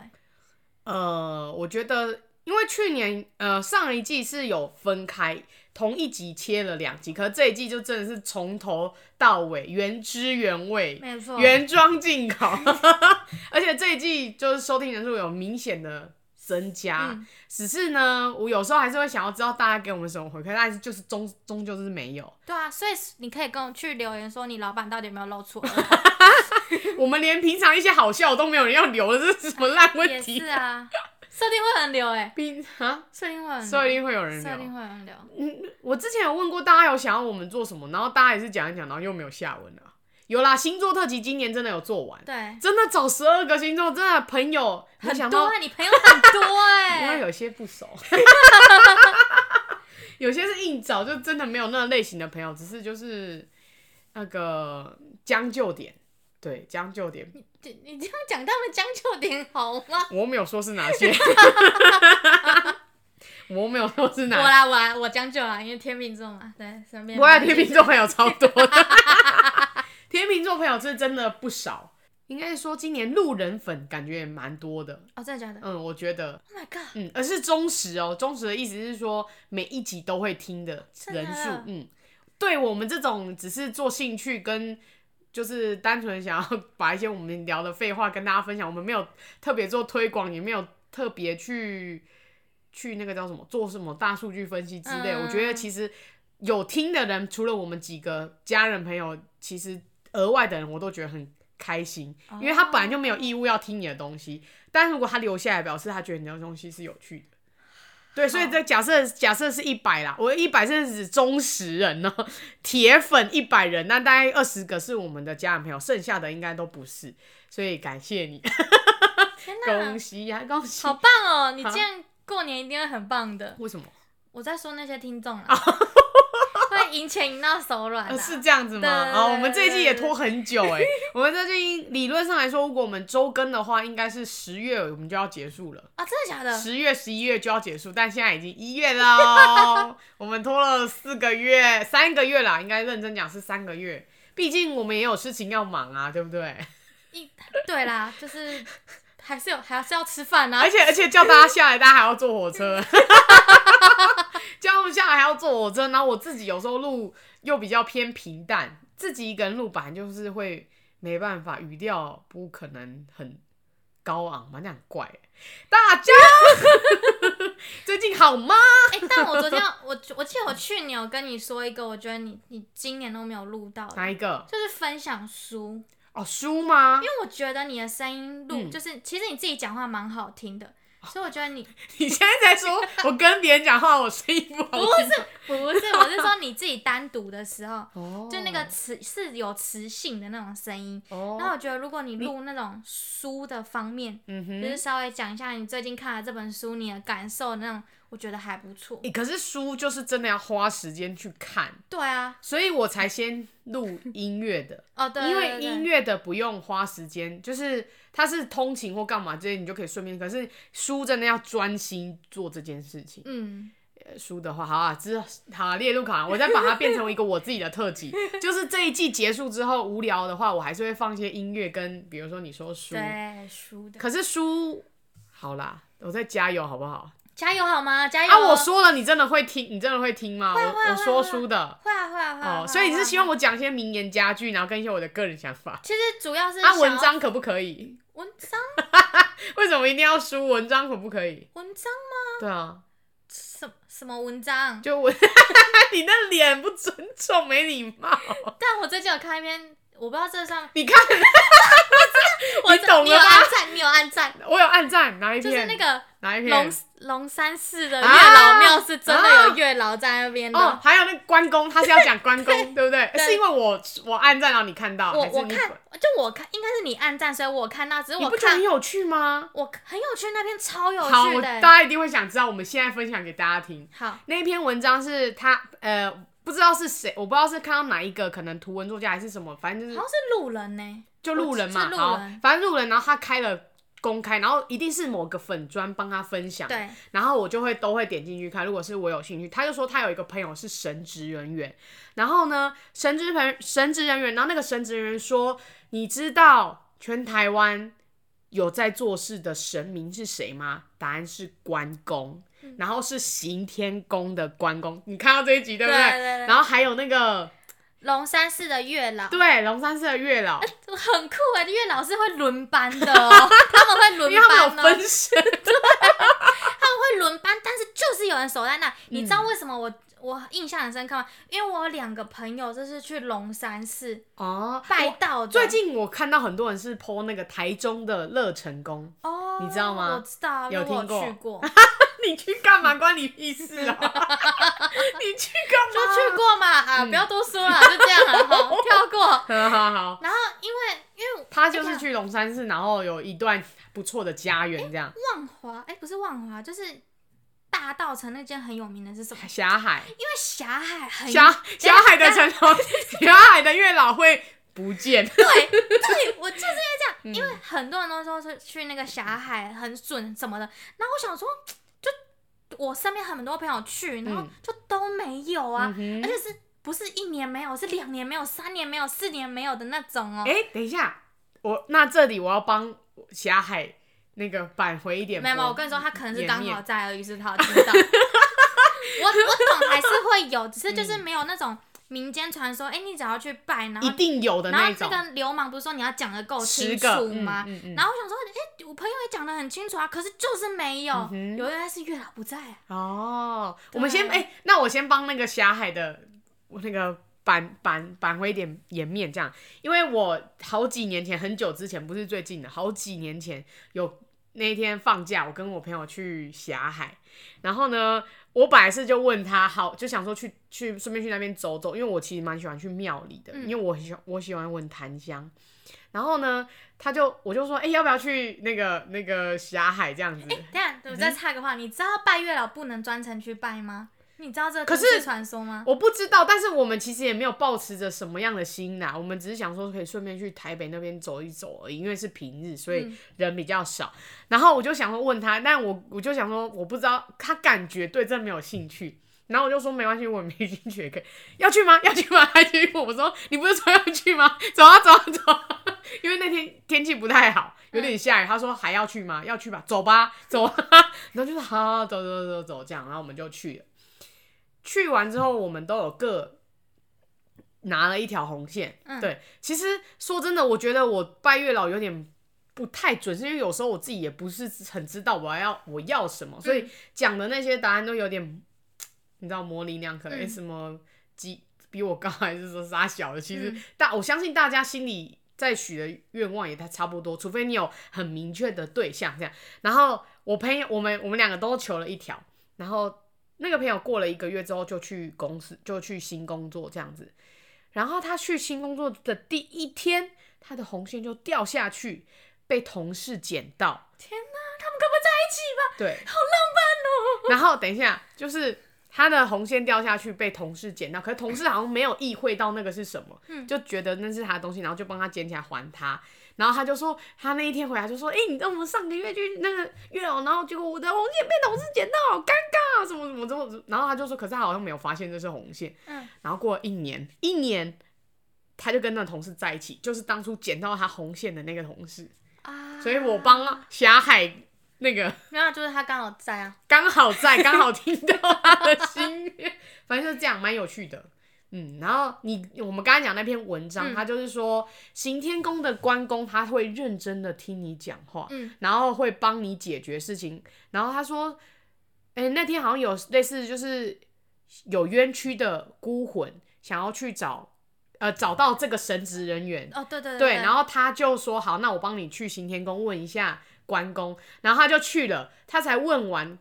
Speaker 2: 呃，我觉得，因为去年呃上一季是有分开，同一集切了两集，可是这一季就真的是从头到尾原汁原味，
Speaker 3: 没错，
Speaker 2: 原装进口， 而且这一季就是收听人数有明显的增加，
Speaker 3: 嗯
Speaker 2: 只是呢，我有时候还是会想要知道大家给我们什么回馈，但是就是终终究就是没有，
Speaker 3: 对啊，所以你可以跟我去留言说你老板到底有没有露出 耳朵
Speaker 2: 我们连平常一些好笑都没有人要留的，这是什么烂问
Speaker 3: 也
Speaker 2: 题
Speaker 3: 是？啊，设定会很流哎、欸，
Speaker 2: 平啊，
Speaker 3: 设定会很
Speaker 2: 说不
Speaker 3: 流
Speaker 2: 定会有人
Speaker 3: 设
Speaker 2: 留
Speaker 3: 定。会很流，
Speaker 2: 嗯，我之前有问过大家有想要我们做什么，然后大家也是讲一讲，然后又没有下文了。有啦，星座特辑今年真的有做完，
Speaker 3: 对，
Speaker 2: 真的找十二个星座，真的朋友没
Speaker 3: 很
Speaker 2: 想
Speaker 3: 多
Speaker 2: 到
Speaker 3: 啊，，你朋友很多
Speaker 2: 因
Speaker 3: 哎、
Speaker 2: 为有些 不熟，有些是硬找，就真的没有那类型的朋友，只是就是那个将就点，对，将就点。
Speaker 3: 你你这样讲他们将就点好吗？
Speaker 2: 我没有说是哪些， 我没有说是
Speaker 3: 我
Speaker 2: 哪些。
Speaker 3: 啦我啊啦我将就啦，因为天秤座嘛，对，身边
Speaker 2: 我有啊天秤座朋友超多的，天秤座朋友是真的不少，应该是说今年路人粉感觉也蛮多的。
Speaker 3: 哦，真的假的
Speaker 2: 嗯，我觉得，
Speaker 3: ？Oh my god，
Speaker 2: 嗯，而是忠实哦，忠实的意思是说每一集都会听的
Speaker 3: 真的
Speaker 2: 人数
Speaker 3: 啊，
Speaker 2: 嗯，对我们这种只是做兴趣跟。就是单纯想要把一些我们聊的废话跟大家分享，我们没有特别做推广，也没有特别去去那个叫什么做什么大数据分析之类。
Speaker 3: 嗯
Speaker 2: 我觉得其实有听的人，除了我们几个家人朋友，其实额外的人我都觉得很开心，因为他本来
Speaker 3: 哦
Speaker 2: 就没有义务要听你的东西，但如果他留下来，表示他觉得你的东西是有趣的。对，
Speaker 3: 哦
Speaker 2: 所以这假设假设是一百啦，我一百是指忠实人呢、铁粉一百人，那大概二十个是我们的家人朋友，剩下的应该都不是，所以感谢你，
Speaker 3: 天哪
Speaker 2: 恭，喜呀、恭喜！
Speaker 3: 好棒哦！你这样过年一定会很棒的。
Speaker 2: 为什么？
Speaker 3: 我在说那些听众啦， 会赢钱赢到手软
Speaker 2: 呃，
Speaker 3: 的。
Speaker 2: 哦是这样子吗？
Speaker 3: 对对
Speaker 2: 啊、
Speaker 3: 对
Speaker 2: 我们这一季也
Speaker 3: 对对
Speaker 2: 拖很 久哎、我们这季理论上来说，如果我们周更的话，应该是十月我们就要结束了，
Speaker 3: 啊，真的假的？
Speaker 2: 十月、十一月就要结束，但现在已经一月了 哦，我们拖了四个月，三个月啦，应该认真讲是三个月，毕竟我们也有事情要忙啊，对不对？
Speaker 3: 一对啦，就是还是有还是要吃饭啊
Speaker 2: 而。且而且叫大家下来，大家还要坐火车， 叫他们下来还要坐火车。然后我自己有时候录又比较偏平淡，自己一个人录本来就是会没办法，语调不可能很高昂嘛，那很怪欸。大家 最近好吗？
Speaker 3: 哎、但我昨天 我我记得我去年有跟你说一个，我觉得你你今年都没有录到的，
Speaker 2: 哪一个？
Speaker 3: 就是分享书，
Speaker 2: 哦，书吗
Speaker 3: 因？为我觉得你的声音录、
Speaker 2: 嗯
Speaker 3: 就是其实你自己讲话蛮好听的，所以我觉得你
Speaker 2: 你现在在说我跟别人讲话，我声音不好
Speaker 3: 不
Speaker 2: 听。
Speaker 3: 是不 是我是说你自己单独的时候，
Speaker 2: 哦
Speaker 3: 就那个磁是有磁性的那种声音。然后
Speaker 2: 哦，
Speaker 3: 我觉得，如果你录那种书的方面，
Speaker 2: 嗯
Speaker 3: 就
Speaker 2: 哼。
Speaker 3: 是稍微讲一下你最近看了这本书你的感受那种，我觉得还不错。
Speaker 2: 欸可是书就是真的要花时间去看，
Speaker 3: 对啊，
Speaker 2: 所以我才先录音乐的，
Speaker 3: 哦 对，
Speaker 2: 因
Speaker 3: 对
Speaker 2: 为
Speaker 3: 对
Speaker 2: 音乐的不用花时间，就是它是通勤或干嘛这些，你就可以顺便。可是书真的要专心做这件事情。
Speaker 3: 嗯，
Speaker 2: 呃书的话，好啊，之好啊列入考量，我再把它变成一个我自己的特辑。就是这一季结束之后无聊的话，我还是会放一些音乐跟，比如说你说书，
Speaker 3: 对书的，
Speaker 2: 可是书好啦，我再加油好不好？
Speaker 3: 加油好吗？加油！
Speaker 2: 啊，我说了，你真的会听，你真的会听吗？
Speaker 3: 会
Speaker 2: 我
Speaker 3: 会
Speaker 2: 我
Speaker 3: 会
Speaker 2: 说
Speaker 3: 会
Speaker 2: 书的。
Speaker 3: 会啊会啊会啊！会
Speaker 2: 哦，
Speaker 3: 啊
Speaker 2: 所以你是希望？
Speaker 3: 会啊
Speaker 2: 我讲一些名言佳句，然后跟一些我的个人想法。
Speaker 3: 其实主要是
Speaker 2: 啊，
Speaker 3: 想
Speaker 2: 文
Speaker 3: 要
Speaker 2: 章可不可以？
Speaker 3: 文章
Speaker 2: 为什么一定要书？文章可不可以？
Speaker 3: 文章
Speaker 2: 对啊，
Speaker 3: 什什么文章？
Speaker 2: 就文， 你那脸不尊重，没礼貌。
Speaker 3: 但我最近有看一篇，我不知道这上
Speaker 2: 你看，
Speaker 3: 我
Speaker 2: 你懂
Speaker 3: 有
Speaker 2: 了吗
Speaker 3: 按赞，你有按赞，
Speaker 2: 我有暗赞哪一
Speaker 3: 就是
Speaker 2: 篇？
Speaker 3: 那个
Speaker 2: 哪一
Speaker 3: 龙
Speaker 2: 篇？
Speaker 3: 龙山寺的月
Speaker 2: 啊
Speaker 3: 老庙是真的有月老在那边的。
Speaker 2: 哦，还有那个关公，他是要讲关公，对不 对？
Speaker 3: 对
Speaker 2: 是因为我我按在哪里看到，
Speaker 3: 我
Speaker 2: 哦还是
Speaker 3: 我
Speaker 2: 你
Speaker 3: 看就我看应该是你暗赞，所以我看到，只是
Speaker 2: 你
Speaker 3: 我
Speaker 2: 不觉得
Speaker 3: 看
Speaker 2: 很有趣吗？
Speaker 3: 我很有趣，那边超有
Speaker 2: 好，
Speaker 3: 趣
Speaker 2: 我
Speaker 3: 的
Speaker 2: 大
Speaker 3: 欸。
Speaker 2: 家一定会想知道，我们现在分享给大家听。
Speaker 3: 好，
Speaker 2: 那一篇文章是他呃，不知道是谁，我不知道是看到哪一个，可能图文作家还是什么，反正就
Speaker 3: 好
Speaker 2: 是
Speaker 3: 像是路人呢，
Speaker 2: 就路人嘛，
Speaker 3: 哦是路
Speaker 2: 好
Speaker 3: 人，
Speaker 2: 反正路人，然后他开了公开，然后一定是某个粉砖帮他分享，
Speaker 3: 对，
Speaker 2: 然后我就会都会点进去看，如果是我有兴趣，他就说他有一个朋友是神职人员，然后呢，神职朋神职人员，然后那个神职人员说，你知道全台湾有在做事的神明是谁吗？答案是关公，
Speaker 3: 嗯
Speaker 2: 然后是刑天宫的关公，你看到这一集对不
Speaker 3: 对对对
Speaker 2: 然后还有那个
Speaker 3: 龙山寺的月老。
Speaker 2: 对龙山寺的月老，
Speaker 3: 很酷哎、月老是会轮班 的哦，他们会
Speaker 2: 因为
Speaker 3: 轮
Speaker 2: 他
Speaker 3: 班
Speaker 2: 们有
Speaker 3: 呢，
Speaker 2: 分身。
Speaker 3: 他们会轮班，但是就是有人守在那。你知道
Speaker 2: 嗯
Speaker 3: 为什么我我印象很深刻吗？因为我有两个朋友就是去龙山寺
Speaker 2: 哦，
Speaker 3: 拜道的，
Speaker 2: 最近我看到很多人是 PO 那个台中的乐成宫，
Speaker 3: 哦，
Speaker 2: 你知道吗
Speaker 3: 我知道，因
Speaker 2: 有
Speaker 3: 为我
Speaker 2: 听过
Speaker 3: 去过，
Speaker 2: 你去干嘛？关你屁事啊！你去
Speaker 3: 就
Speaker 2: 干
Speaker 3: 去 过嘛啊，不要多说了，就这样了，好跳过。
Speaker 2: 嘛？好好好，
Speaker 3: 然后因为因为
Speaker 2: 他就是去龙山寺，然后有一段不错的家园，这样
Speaker 3: 万华，哎、不是万华，就是大道城那间很有名的是什么？因
Speaker 2: 霞海，
Speaker 3: 为霞海很
Speaker 2: 霞霞海的城楼，
Speaker 3: 哎
Speaker 2: 霞海的月老会不见。
Speaker 3: 对对，我就是因为这样，因为很多人都说是去那个霞海很准什么的，然后我想说，嗯就我身边很多朋友去，然后
Speaker 2: 嗯
Speaker 3: 就都没有啊，
Speaker 2: 嗯
Speaker 3: 而
Speaker 2: 哼
Speaker 3: 且是不是一年没有，是两年没有，三年没有，四年没有的那种哦。
Speaker 2: 哎、等一下，我那这里我要帮霞海那个扳回一点波。
Speaker 3: 没有没有，我跟你说，他可能是
Speaker 2: 颜
Speaker 3: 刚
Speaker 2: 面
Speaker 3: 好在而已，是不是他有听 到。我我懂还是会有，只是就是没有那种民间传说，哎、你只要去拜，然后
Speaker 2: 嗯一定有的
Speaker 3: 然
Speaker 2: 那
Speaker 3: 后
Speaker 2: 一种
Speaker 3: 这，个流氓不是说你要讲的够
Speaker 2: 十
Speaker 3: 清
Speaker 2: 个
Speaker 3: 楚吗？
Speaker 2: 嗯嗯嗯
Speaker 3: 然后我想说，哎、我朋友也讲的很清楚啊，可是就是没有，
Speaker 2: 嗯哼
Speaker 3: 有原来是月老不在、啊。
Speaker 2: 哦，我们先
Speaker 3: 对啊
Speaker 2: 哎、那我先帮那个霞海的我那个扳扳扳回一点颜面，这样，因为我好几年前，很久之前，不是最近的，好几年前有那一天放假，我跟我朋友去霞海，然后呢，我本来是就问他，好，就想说去去顺便去那边走走，因为我其实蛮喜欢去庙里的，
Speaker 3: 嗯
Speaker 2: 因为我很喜欢我喜欢闻檀香。然后呢，他就我就说，哎、要不要去那个那个霞海这样子？
Speaker 3: 等一下，我再插个话，你知道拜月老不能专程去拜吗？你知道这个
Speaker 2: 可
Speaker 3: 都
Speaker 2: 是
Speaker 3: 市传说吗？
Speaker 2: 我不知道，但是我们其实也没有抱持着什么样的心啦，我们只是想说可以顺便去台北那边走一走而已，因为是平日，所以
Speaker 3: 嗯
Speaker 2: 人比较少。然后我就想说问他，但我我就想说我不知道，他感觉对这没有兴趣。然后我就说没关系，我没兴趣也可以。要去吗？ 要去吗？他去问我说你不是说要去吗？ 走啊走啊走啊！ 因为那天天气不太好，有点下雨。他说还要去吗？要去吧，走吧，走啊！ 然后就是好好好走走走走这样，然后我们就去了。去完之后，我们都有各拿了一条红线。
Speaker 3: 嗯
Speaker 2: 对，其实说真的，我觉得我拜月老有点不太准，是因为有时候我自己也不是很知道我要我要什
Speaker 3: 嗯
Speaker 2: 么，所以讲的那些答案都有点，嗯你知道模棱两可，
Speaker 3: 嗯
Speaker 2: 诶什么几比我高还是说啥小的，其实
Speaker 3: 嗯
Speaker 2: 大我相信大家心里在许的愿望也差差不多，除非你有很明确的对象这样。然后我朋友，我们我们两个都求了一条，然后那个朋友过了一个月之后就去公司，就去新工作这样子。然后他去新工作的第一天，他的红线就掉下去，被同事捡到。
Speaker 3: 天哪，他们该不会在一起吧？
Speaker 2: 对，
Speaker 3: 好浪哦
Speaker 2: 然后等一下，就是他的红线掉下去被同事捡到，可是同事好像没有意会到那个是什么，
Speaker 3: 嗯
Speaker 2: 就觉得那是他的东西，然后就帮他捡起来还他。然后他就说，他那一天回来就说，哎、你知道我们上个月去那个月老，然后结果我的红线被同事捡到，好尴尬啊，什么什么什么。然后他就说，可是他好像没有发现这是红线。
Speaker 3: 漫哦！
Speaker 2: 然后过了一年，一年。他就跟那同事在一起，就是当初捡到他红线的那个同事，
Speaker 3: 嗯啊，
Speaker 2: 所以我帮霞海那个
Speaker 3: 没有啊，就是他刚好在啊。
Speaker 2: 刚好在，刚好听到他的心愿，反正就这样，蛮有趣的。嗯，然后你我们刚才讲那篇文章，
Speaker 3: 嗯
Speaker 2: 他、就是说行天宫的关公，他会认真的听你讲话，
Speaker 3: 嗯，
Speaker 2: 然后会帮你解决事情。然后他说，哎、那天好像有类似就是有冤屈的孤魂想要去找，呃，找到这个神职人员，
Speaker 3: 哦，对对
Speaker 2: 对，
Speaker 3: 对，
Speaker 2: 然后他就说好，那我帮你去行天宫问一下关公，然后他就去了，他才问完，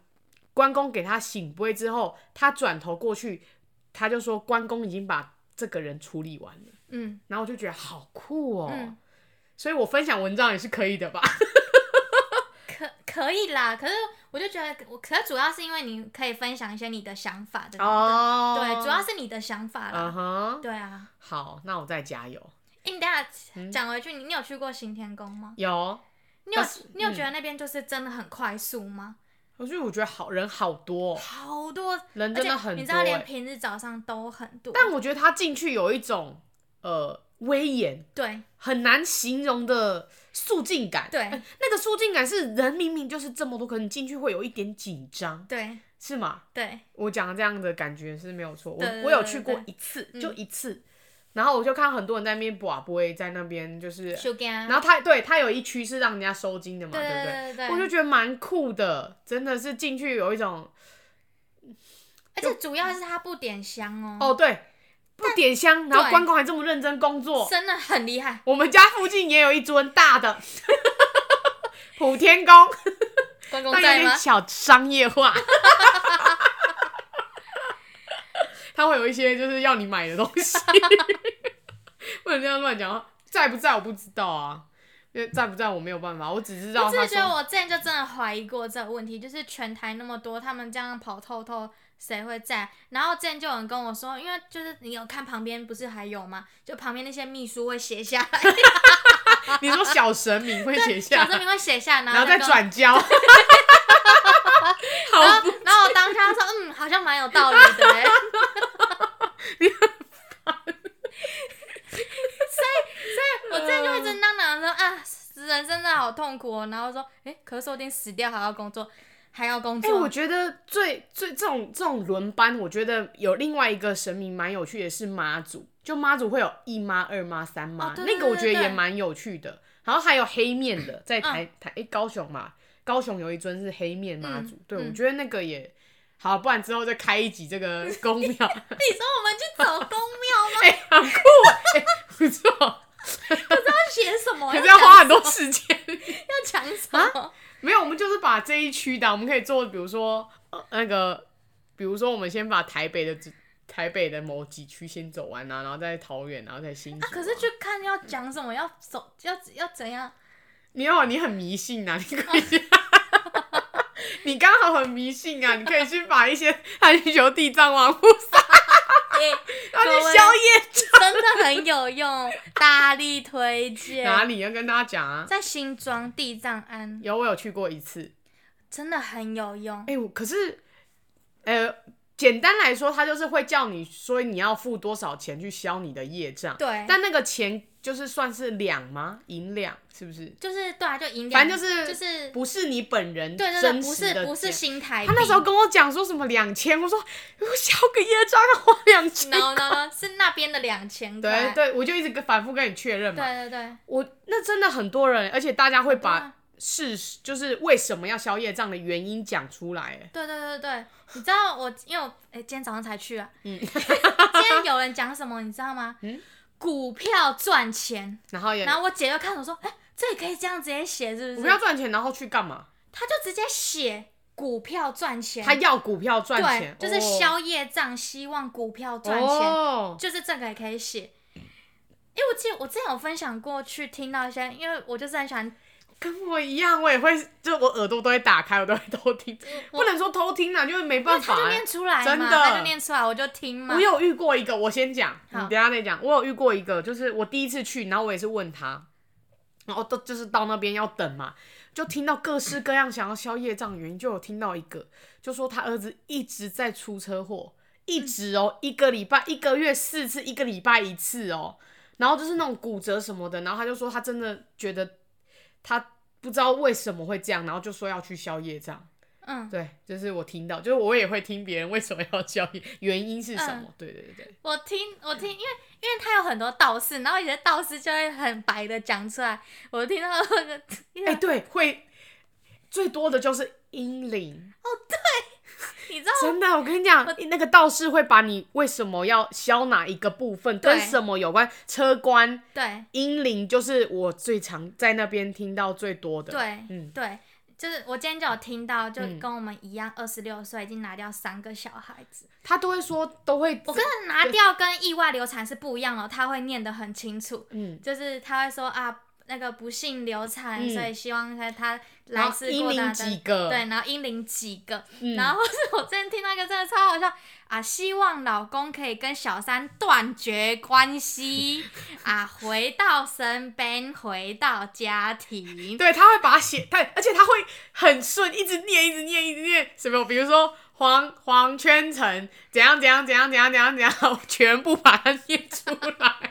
Speaker 2: 关公给他醒杯之后，他转头过去，他就说关公已经把这个人处理完了。
Speaker 3: 嗯
Speaker 2: 然后我就觉得好酷哦、
Speaker 3: 嗯，
Speaker 2: 所以我分享文章也是可以的吧？
Speaker 3: 可可以啦。可是我就觉得，我可是主要是因为你可以分享一些你的想法的。
Speaker 2: 哦
Speaker 3: 对，主要是你的想法啦。
Speaker 2: 嗯哼，
Speaker 3: 对啊，
Speaker 2: 好，那我再加油。
Speaker 3: 哎、你等一下
Speaker 2: 嗯
Speaker 3: 讲回去，你你有去过行天宫吗？
Speaker 2: 有，
Speaker 3: 你有
Speaker 2: 但是
Speaker 3: 你有觉得那边就是真的很快速吗？
Speaker 2: 我觉得我觉得好人好多哦、
Speaker 3: 好多
Speaker 2: 人真的很多、欸。
Speaker 3: 而且你知道，连平日早上都很多。
Speaker 2: 但我觉得他进去有一种呃威严，
Speaker 3: 对
Speaker 2: 很难形容的肃静感。
Speaker 3: 对
Speaker 2: 哎 那个肃静感是人明明就是这么多，可能进去会有一点紧张，
Speaker 3: 对
Speaker 2: 是吗？
Speaker 3: 对，
Speaker 2: 我讲的这样的感觉是没有错。我
Speaker 3: 对对对
Speaker 2: 我有去过
Speaker 3: 对
Speaker 2: 一次，
Speaker 3: 嗯
Speaker 2: 就一次，然后我就看到很多人在那边卜龟，在那边就是，
Speaker 3: 修干。
Speaker 2: 然后他对他有一区是让人家收金的嘛，
Speaker 3: 对
Speaker 2: 不对？
Speaker 3: 对对对，
Speaker 2: 我就觉得蛮酷的，真的是进去有一种
Speaker 3: 而且主要是它不点香哦，
Speaker 2: 哦，对，不点香，然后
Speaker 3: 对
Speaker 2: 关公还这么认真工作，
Speaker 3: 真的很厉害。
Speaker 2: 我们家附近也有一尊大的 普天宫，
Speaker 3: 关公
Speaker 2: 但有
Speaker 3: 在吗
Speaker 2: 点？小商业化。 它会有一些就是要你买的东西， 不能这样乱讲。在不在我不知道啊，因为在不在我没有办法，我只知道
Speaker 3: 我只
Speaker 2: 他
Speaker 3: 是觉得
Speaker 2: 说
Speaker 3: 我之前就真的怀疑过这个问题，就是全台那么多，他们这样跑透透，谁会在？然后之前就有人跟我说，因为就是你有看旁边不是还有吗？就旁边那些秘书会写下来，
Speaker 2: 你说小神明会写
Speaker 3: 小
Speaker 2: 下，
Speaker 3: 证明会写下，然
Speaker 2: 然后
Speaker 3: 后
Speaker 2: 再
Speaker 3: 跟我。
Speaker 2: 转 交。好
Speaker 3: 然后，然后我当下说，嗯，好像蛮有道理 的欸。所以，所以我之前就一直嚷嚷说啊，人生真的好痛苦哦。然后说，哎、可是说不定死掉还要工作，还要工
Speaker 2: 哎、
Speaker 3: 作。
Speaker 2: 我觉得最最这种这种轮班，我觉得有另外一个神明蛮有趣的是妈祖，就妈祖会有一妈、二妈、三妈，
Speaker 3: 哦对
Speaker 2: 那个我觉得
Speaker 3: 对对嗯
Speaker 2: 也蛮有趣的。然后还有黑面的，在台、台哎、高雄嘛，高雄有一尊是黑面妈祖，
Speaker 3: 嗯
Speaker 2: 对、我
Speaker 3: 嗯
Speaker 2: 觉得那个也好，不然之后再开一集这个公 庙，
Speaker 3: 你说我们去走公庙吗？
Speaker 2: 哎、很酷哎、哎不错，
Speaker 3: 哦要写什么？
Speaker 2: 可是要
Speaker 3: 讲
Speaker 2: 花很多啊时间。
Speaker 3: 要讲什么？
Speaker 2: 没有，我们就是把这一区的，我们可以做，比如说、呃那个，比如说我们先把台北的只台北的某几区先走完啊，然后再桃园，然后再新竹、
Speaker 3: 啊，可是去看要讲什么？要走要要怎样？
Speaker 2: 你好，你很迷信啊，你可以先。 你刚好很迷信啊！你可以去把一些 汉求地藏王菩萨，
Speaker 3: 哎、
Speaker 2: 然后
Speaker 3: 各
Speaker 2: 去
Speaker 3: 位
Speaker 2: 宵夜
Speaker 3: 真的很有用，大力推荐。
Speaker 2: 哪里要跟大家讲啊？
Speaker 3: 在新庄地藏庵
Speaker 2: 有，我有去过一次，
Speaker 3: 真的很有用。
Speaker 2: 哎、我可是，呃，简单来说，他就是会叫你说你要付多少钱去消你的业障。
Speaker 3: 对
Speaker 2: 但那个钱就是算是两吗？银两是不是？
Speaker 3: 就是对啊，就饮料，
Speaker 2: 反正就是
Speaker 3: 就是
Speaker 2: 不是你本人
Speaker 3: 对对
Speaker 2: 真
Speaker 3: 对，不
Speaker 2: 实的
Speaker 3: 是不是
Speaker 2: 钱
Speaker 3: 新台币。
Speaker 2: 他那时候跟我讲说什么两千，我说我消个业障要花两千。
Speaker 3: no no no 是那边的两千块
Speaker 2: 对。对，我就一直跟反复跟你确认嘛。
Speaker 3: 对对对
Speaker 2: 我那真的很多人，而且大家会
Speaker 3: 对
Speaker 2: 把
Speaker 3: 啊
Speaker 2: 事实就是为什么要消业障的原因讲出来。哎
Speaker 3: 对对对对，你知道我因为我哎、今天早上才去啊，
Speaker 2: 嗯
Speaker 3: 今天有人讲什么你知道吗？
Speaker 2: 嗯
Speaker 3: 股票赚钱，
Speaker 2: 然后也
Speaker 3: 然后我姐就看我说，哎、这也可以这样直接写是
Speaker 2: 股
Speaker 3: 不是
Speaker 2: 票？赚钱，然后去干嘛？
Speaker 3: 他就直接写股票赚钱，
Speaker 2: 他要股票赚钱，
Speaker 3: 对，就是
Speaker 2: 哦
Speaker 3: 消业障，希望股票赚钱。
Speaker 2: 哦
Speaker 3: 就是这个也可以写。因为我记得我之前有分享过去听到一些，因为我就是很喜欢，
Speaker 2: 跟我一样，我也会，就我耳朵都会打开，我都会偷听，
Speaker 3: 我
Speaker 2: 不能说偷听啦，就是没
Speaker 3: 因为
Speaker 2: 办
Speaker 3: 他
Speaker 2: 法
Speaker 3: 就
Speaker 2: 欸、
Speaker 3: 念出来嘛，
Speaker 2: 真的
Speaker 3: 他就念出来，我就听嘛
Speaker 2: 我。有遇过一个，我先讲，你
Speaker 3: 好
Speaker 2: 等一下再讲。我有遇过一个，就是我第一次去，然后我也是问他，然后都就是到那边要等嘛，就听到各式各样想要消业障的原因，就有听到一个，就说他儿子一直在出车祸，一直哦，一个礼拜一个月四次，一个礼拜一次哦，然后就是那种骨折什么的，然后他就说他真的觉得他不知道为什么会这样，然后就说要去消业障。
Speaker 3: 嗯，
Speaker 2: 对，就是我听到，就是我也会听别人为什么要教育，原因是什么？
Speaker 3: 嗯
Speaker 2: 对对对对，
Speaker 3: 我听我听，因为因为他有很多道士，然后有些道士就会很白的讲出来，我听到那个，因
Speaker 2: 哎、
Speaker 3: 为
Speaker 2: 对，会最多的就是阴灵，
Speaker 3: 哦你知道
Speaker 2: 真的，我跟你讲，那个道士会把你为什么要消哪一个部分，跟
Speaker 3: 对
Speaker 2: 什么有关，车关
Speaker 3: 对
Speaker 2: 阴灵就是我最常在那边听到最多的，
Speaker 3: 对
Speaker 2: 嗯，
Speaker 3: 对，就是我今天就有听到，就
Speaker 2: 嗯
Speaker 3: 跟我们一样，二十六岁已经拿掉三个小孩子。
Speaker 2: 他都会说，都会
Speaker 3: 我跟他拿掉跟意外流产是不一样的哦，他会念得很清楚，
Speaker 2: 嗯，
Speaker 3: 就是他会说啊，那个不幸流产，
Speaker 2: 嗯
Speaker 3: 所以希望他他
Speaker 2: 然
Speaker 3: 来
Speaker 2: 后
Speaker 3: 世
Speaker 2: 英
Speaker 3: 过
Speaker 2: 灵
Speaker 3: 大
Speaker 2: 几
Speaker 3: 的。
Speaker 2: 个，
Speaker 3: 对，然后英灵几个，
Speaker 2: 嗯，
Speaker 3: 然后或是我之前听到一个真的超好笑啊，希望老公可以跟小三断绝关系 啊，回到身边，回到家庭。
Speaker 2: 对，他会把它写，对，而且他会很顺，一直念，一直念，一直念什么？比如说黄黄圈层怎样怎样怎样怎样怎样怎样，我全部把它念出来，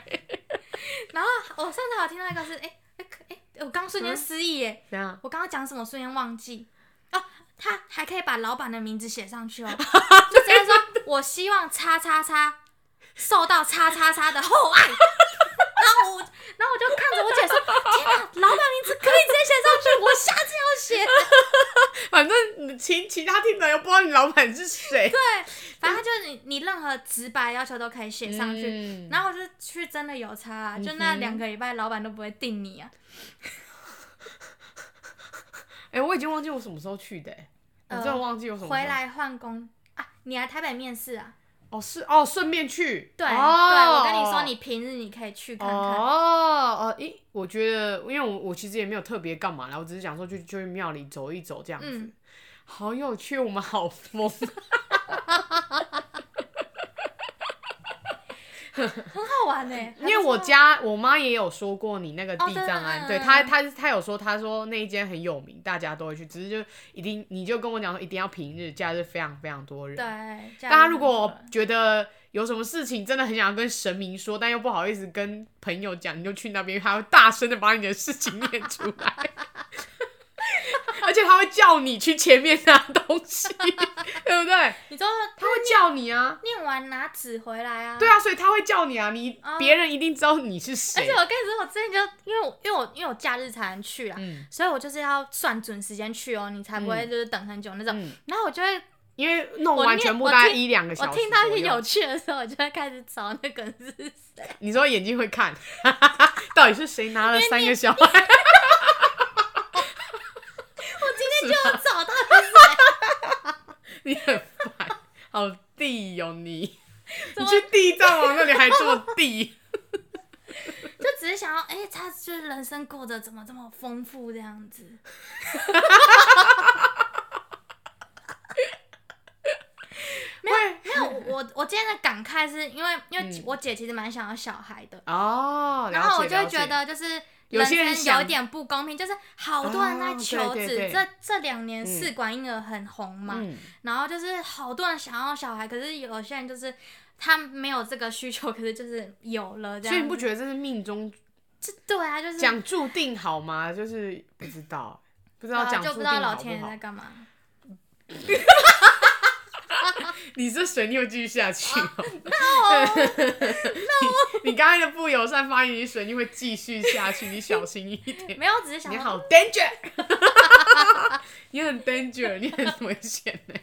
Speaker 3: 然后我上次还有听到一个是，哎哎哎，我刚瞬
Speaker 2: 嗯
Speaker 3: 间失忆耶，
Speaker 2: 这样
Speaker 3: 我刚刚讲什么瞬间忘记哦。他还可以把老板的名字写 上去哦，就直接说我希望叉叉叉受到叉叉叉的厚爱。然后我，然后我就看着我姐说：“天哪，老板名字可以直接写上去，我下次要写。”
Speaker 2: 反正其其他听的又不知道你老板是谁，
Speaker 3: 反正就是你，你任何直白要求都可以写上去。
Speaker 2: 嗯
Speaker 3: 然后我就去真的有差、啊，就那
Speaker 2: 嗯哼
Speaker 3: 两个礼拜，老板都不会定你啊。
Speaker 2: 哎、我已经忘记我什么时候去的、欸，我真的
Speaker 3: 呃
Speaker 2: 忘记我什么时候
Speaker 3: 回来换工啊，你来台北面试啊？
Speaker 2: 哦是哦，顺便去
Speaker 3: 对、
Speaker 2: 哦、
Speaker 3: 对，我跟你说，你平日你可以去看看。
Speaker 2: 哦哦，咦，我觉得，因为我我其实也没有特别干嘛啦，我只是想说就就去庙里走一走这样子，
Speaker 3: 嗯
Speaker 2: 好有趣，我们好 疯，
Speaker 3: 很好玩欸
Speaker 2: 因
Speaker 3: 呢、
Speaker 2: 为我家我妈也有说过你那个地藏庵，
Speaker 3: 哦
Speaker 2: 对
Speaker 3: 对
Speaker 2: 她她她有说，她说那一间很有名，大家都会去，只是就一定你就跟我讲说一定要平日，假日非常非常多人，
Speaker 3: 对，
Speaker 2: 大家如果觉得有什么事情真的很想要跟神明说，但又不好意思跟朋友讲，你就去那边，他会大声的把你的事情念出来， 而且他会叫你去前面拿东 西，对不对？
Speaker 3: 你说
Speaker 2: 他会叫你啊，
Speaker 3: 念完拿纸回来啊。
Speaker 2: 对啊，所以他会叫你啊，你
Speaker 3: 哦
Speaker 2: 别人一定知道你是
Speaker 3: 而
Speaker 2: 谁
Speaker 3: 且。我跟你说，我之前就因为我因为我因为我假日才能去啊，
Speaker 2: 嗯
Speaker 3: 所以我就是要算准时间去哦，你才不会就是等很久那种。
Speaker 2: 嗯，
Speaker 3: 然后我就会
Speaker 2: 因为弄
Speaker 3: 我
Speaker 2: 完
Speaker 3: 念
Speaker 2: 全部
Speaker 3: 我
Speaker 2: 大概
Speaker 3: 听
Speaker 2: 一两个
Speaker 3: 我
Speaker 2: 小时。
Speaker 3: 听到一些有，趣的时候，我就会开始找那个人是谁，
Speaker 2: 你说眼睛会看， 到底是谁拿了三个小孩？
Speaker 3: 今天就有找到是谁。
Speaker 2: 你很烦，好地哟、你。
Speaker 3: 怎
Speaker 2: 你
Speaker 3: 么
Speaker 2: 去地藏王那里还做地，
Speaker 3: 就只是想要，哎、他就是人生过得怎么这么丰富这样 子。没有没有，我我我今天的感慨是因为因为
Speaker 2: 嗯
Speaker 3: 我姐其实蛮想要小孩的，
Speaker 2: 哦，
Speaker 3: 然后我
Speaker 2: 了解
Speaker 3: 就会觉，
Speaker 2: 了解
Speaker 3: 得就是
Speaker 2: 有
Speaker 3: 人
Speaker 2: 些人
Speaker 3: 生
Speaker 2: 想
Speaker 3: 有一点不公平，就是好多人
Speaker 2: 哦
Speaker 3: 在
Speaker 2: 对
Speaker 3: 求子，
Speaker 2: 对对
Speaker 3: 这这两年试管婴儿很红嘛，
Speaker 2: 嗯，
Speaker 3: 然后就是好多人想要小孩，可是有些人就是他没有这个需求，可是就是有了这样子。
Speaker 2: 所以你不觉得这是命中
Speaker 3: 这对啊？就是
Speaker 2: 讲注定好吗？就是不知道，不知道
Speaker 3: 啊
Speaker 2: 讲
Speaker 3: 就
Speaker 2: 注
Speaker 3: 不
Speaker 2: 定
Speaker 3: 知道
Speaker 2: 好
Speaker 3: 老
Speaker 2: 不
Speaker 3: 天爷
Speaker 2: 好
Speaker 3: 在？干嘛。
Speaker 2: 你这水你有继续下 去哦 你你刚才的不友善发言，你水逆会继续下去，你小心一 点。
Speaker 3: 没有，只是想
Speaker 2: 你
Speaker 3: 说
Speaker 2: 好 danger，你很 danger，你很危险欸呢。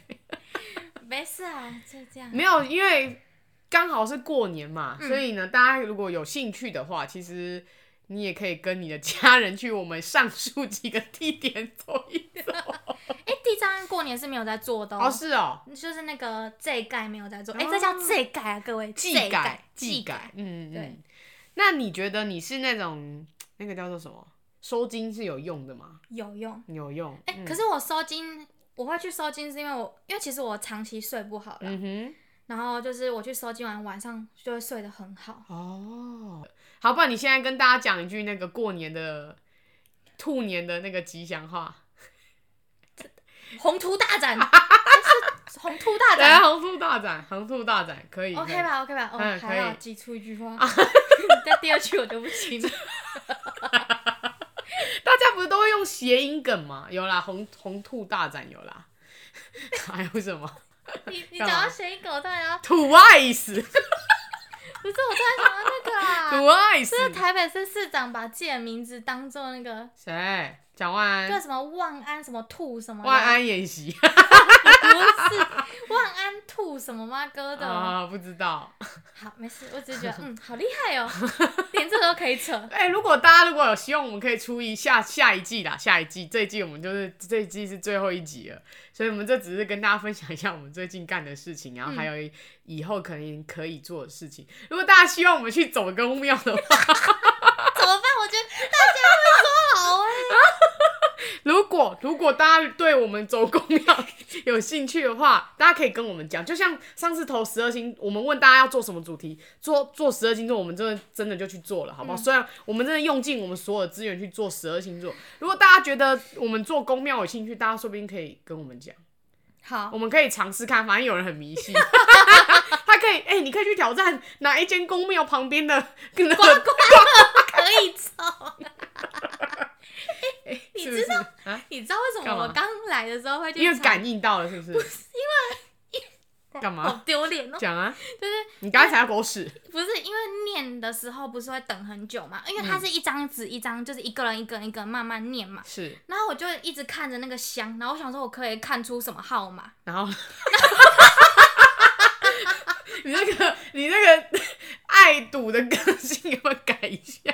Speaker 3: 没事啊，就这样。
Speaker 2: 没有，因为刚好是过年嘛，
Speaker 3: 嗯
Speaker 2: 所以呢，大家如果有兴趣的话，其实你也可以跟你的家人去我们上述几个地点走一走。
Speaker 3: 哎，地藏庵过年是没有在做的
Speaker 2: 哦，是哦，
Speaker 3: 就是那个这盖没有在做，
Speaker 2: 哦
Speaker 3: 哎，这叫这盖啊，各位，
Speaker 2: 技
Speaker 3: 这
Speaker 2: 改
Speaker 3: 盖，
Speaker 2: 技
Speaker 3: 祭
Speaker 2: 改，，嗯嗯
Speaker 3: 对
Speaker 2: 嗯。那你觉得你是那种那个叫做什么收金是有用的吗？
Speaker 3: 有用。
Speaker 2: 有用。
Speaker 3: 哎、
Speaker 2: 嗯
Speaker 3: 可是我收金，我会去收金，是因为我因为其实我长期睡不好了，
Speaker 2: 嗯
Speaker 3: 然后就是我去收金完晚上就会睡得很好。
Speaker 2: 哼，哦，好，不然你现在跟大家讲一句那个过年的兔年的那个吉祥话。
Speaker 3: 宏图大 展，诶是宏图大
Speaker 2: 来，
Speaker 3: 展
Speaker 2: 航兔大展，航兔大展可以可以
Speaker 3: ，OK 吧？OK 吧？
Speaker 2: 嗯
Speaker 3: 哦，
Speaker 2: 可以啊
Speaker 3: 还好记出一句话， 但第二句我就不 行了。
Speaker 2: 大家不是都会用谐音梗吗？有啦，红红兔大展有啦， 还有什么
Speaker 3: 你你
Speaker 2: 干
Speaker 3: 讲
Speaker 2: 嘛
Speaker 3: 到谁狗，我突然要，
Speaker 2: twice
Speaker 3: 啊不是我突然想到那个 啊，就是
Speaker 2: twice
Speaker 3: 台北市市长把自己的名字当做那个
Speaker 2: 谁？蒋万
Speaker 3: 叫
Speaker 2: 安，
Speaker 3: 什么万安什么兔什么的
Speaker 2: 万安演习，
Speaker 3: 不是万安兔吐什么妈哥 的。
Speaker 2: 啊、不知道。
Speaker 3: 好，没事，我只是觉得嗯，好厉害哦，连这都可以扯。
Speaker 2: 哎、如果大家如果有希望，我们可以出一下下一季啦，下一季这一季我们就是这一季是最后一集了，所以我们这只是跟大家分享一下我们最近干的事情，然后还有
Speaker 3: 嗯
Speaker 2: 以以后可能可以做的事情。如果大家希望我们去走个庙的话，
Speaker 3: 怎么办？我觉得大家会说好哎、
Speaker 2: 如果如果大家对我们走公庙有兴趣的话，大家可以跟我们讲。就像上次投十二星，我们问大家要做什么主题，做做十二星座，我们真的真的就去做了，好
Speaker 3: 嗯
Speaker 2: 不好？虽然我们真的用尽我们所有资源去做十二星座，如果大家觉得我们做公庙有兴趣，大家说不定可以跟我们讲，
Speaker 3: 好
Speaker 2: 我，们可以尝试看，反正有人很迷 信。他可以，哎、你可以去挑战哪一间公庙旁边的那个，
Speaker 3: 可以走。 你
Speaker 2: 是不是
Speaker 3: 知道
Speaker 2: 啊？
Speaker 3: 你知道为什
Speaker 2: 干
Speaker 3: 么
Speaker 2: 嘛
Speaker 3: 我刚来的时候会去
Speaker 2: 因为
Speaker 3: 查
Speaker 2: 感应到了，是不是？干
Speaker 3: 好
Speaker 2: 嘛？
Speaker 3: 丢脸哦？
Speaker 2: 讲啊！
Speaker 3: 就是
Speaker 2: 你刚才踩到狗 屎。
Speaker 3: 不是因为念的时候不是会等很久嘛？因为它是一张纸一张，就是一个人一个人一个人慢慢念嘛。
Speaker 2: 是，
Speaker 3: 然后我就一直看着那个箱，然后我想说我可以看出什么号 码，
Speaker 2: 然后， 你那个你那个 爱赌的个性有没有改一下？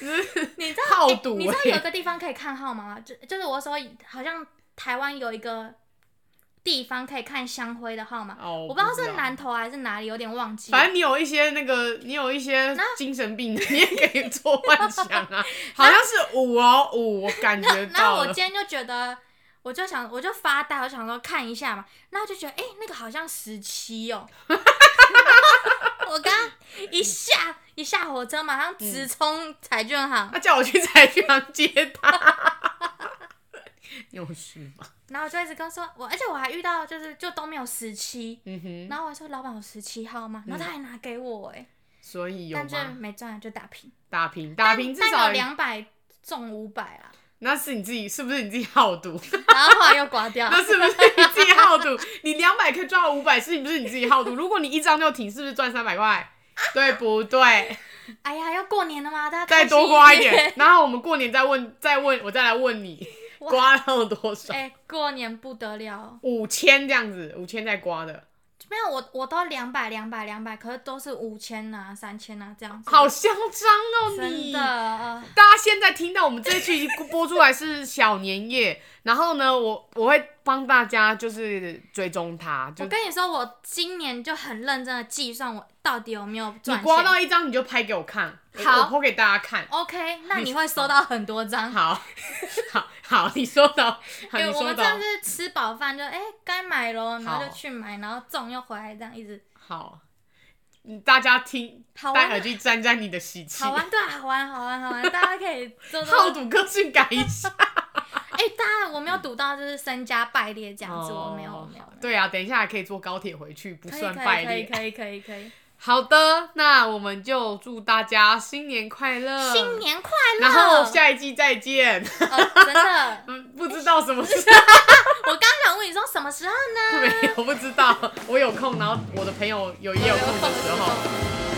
Speaker 2: 就是
Speaker 3: 你知道
Speaker 2: 好
Speaker 3: 欸
Speaker 2: 赌
Speaker 3: 你知道
Speaker 2: 欸
Speaker 3: 有一个地方可以看号码吗？就就是我说好像台湾有一个地方可以看香灰的号码，
Speaker 2: 哦，
Speaker 3: 我不知道是南，投还是哪里，有点忘记了。
Speaker 2: 反正你有一些那个，你有一些
Speaker 3: 那
Speaker 2: 精神病，你也可以做幻想 啊，好像是五哦五，我感觉
Speaker 3: 然后
Speaker 2: 到
Speaker 3: 我
Speaker 2: 了
Speaker 3: 今。天就觉得，我就想，我就发呆，我想说看一下嘛，然后就觉得，哎、那个好像十七哦。我刚一下一下火车，马上直
Speaker 2: 嗯
Speaker 3: 冲彩券行，
Speaker 2: 他叫我去彩券行接他， 你有事吗？
Speaker 3: 然后我就一直跟他说，我而且我还遇到就是就都没有十七、
Speaker 2: 嗯哼，
Speaker 3: 然后我还说老板有十七号吗？然后他还拿给我、哎、
Speaker 2: 所以有
Speaker 3: 但就
Speaker 2: 吗？
Speaker 3: 没赚就打平，
Speaker 2: 打平，打平至
Speaker 3: 但
Speaker 2: 少
Speaker 3: 有两百中五百啊，
Speaker 2: 那是你自己，是不是你自己好赌？
Speaker 3: 然后后来又刮掉，
Speaker 2: 那是不是你自己好赌？你两百可以赚到五百，是不是你自己好赌？如果你一张就停，是不是赚三百块？对不对？
Speaker 3: 哎呀，要过年了吗？大家
Speaker 2: 再
Speaker 3: 开心
Speaker 2: 多刮一
Speaker 3: 点
Speaker 2: 点，，然后我们过年再问，再问，我再来问你，
Speaker 3: 哇
Speaker 2: 刮到多少？
Speaker 3: 哎、过年不得了。
Speaker 2: 五千这样子，五千再刮的，
Speaker 3: 没有，我我都两百两百两百，可是都是五千呐、三千啊呐这样子。
Speaker 2: 好嚣张哦！
Speaker 3: 真
Speaker 2: 你
Speaker 3: 的，呃
Speaker 2: 大家现在听到我们这一期播出来是小年夜，然后呢，我我会帮大家就是追踪它，就
Speaker 3: 我跟你说，我今年就很认真的计算我到底有没有
Speaker 2: 你
Speaker 3: 赚
Speaker 2: 刮
Speaker 3: 钱。
Speaker 2: 到一张你就拍给我看，我
Speaker 3: 好
Speaker 2: 我播给大家看。
Speaker 3: OK，那你会收到很多张。
Speaker 2: 好， 好，好，你说的，好，
Speaker 3: 哎
Speaker 2: 你
Speaker 3: 我
Speaker 2: 说
Speaker 3: 们
Speaker 2: 的
Speaker 3: 上，次吃饱饭就哎该、买咯，然后
Speaker 2: 好
Speaker 3: 就去买，然后中又回来，这样一直
Speaker 2: 好，嗯大家听，
Speaker 3: 好玩
Speaker 2: 戴耳机沾沾你的喜气，
Speaker 3: 好玩，对啊，好玩好玩好玩，大家可以做
Speaker 2: 好
Speaker 3: 做。
Speaker 2: 赌个性改一下，
Speaker 3: 哎、大家我没有赌到就是身家败裂这样子，我没有我
Speaker 2: 哦
Speaker 3: 没有。
Speaker 2: 对啊，等一下还可以坐高铁回去，不
Speaker 3: 可
Speaker 2: 算
Speaker 3: 以
Speaker 2: 败
Speaker 3: 可以
Speaker 2: 劣。
Speaker 3: 可以可以可以可以，
Speaker 2: 好的，那我们就祝大家新年快乐，
Speaker 3: 新，年啊快
Speaker 2: 嗯
Speaker 3: 乐！
Speaker 2: 然后下一季再见。
Speaker 3: 呃真的。
Speaker 2: 嗯，不知道什么时
Speaker 3: 我刚想问你说什么时候呢？
Speaker 2: 哦候没有，不知道，我有空，然后我的朋友有也有空的时候。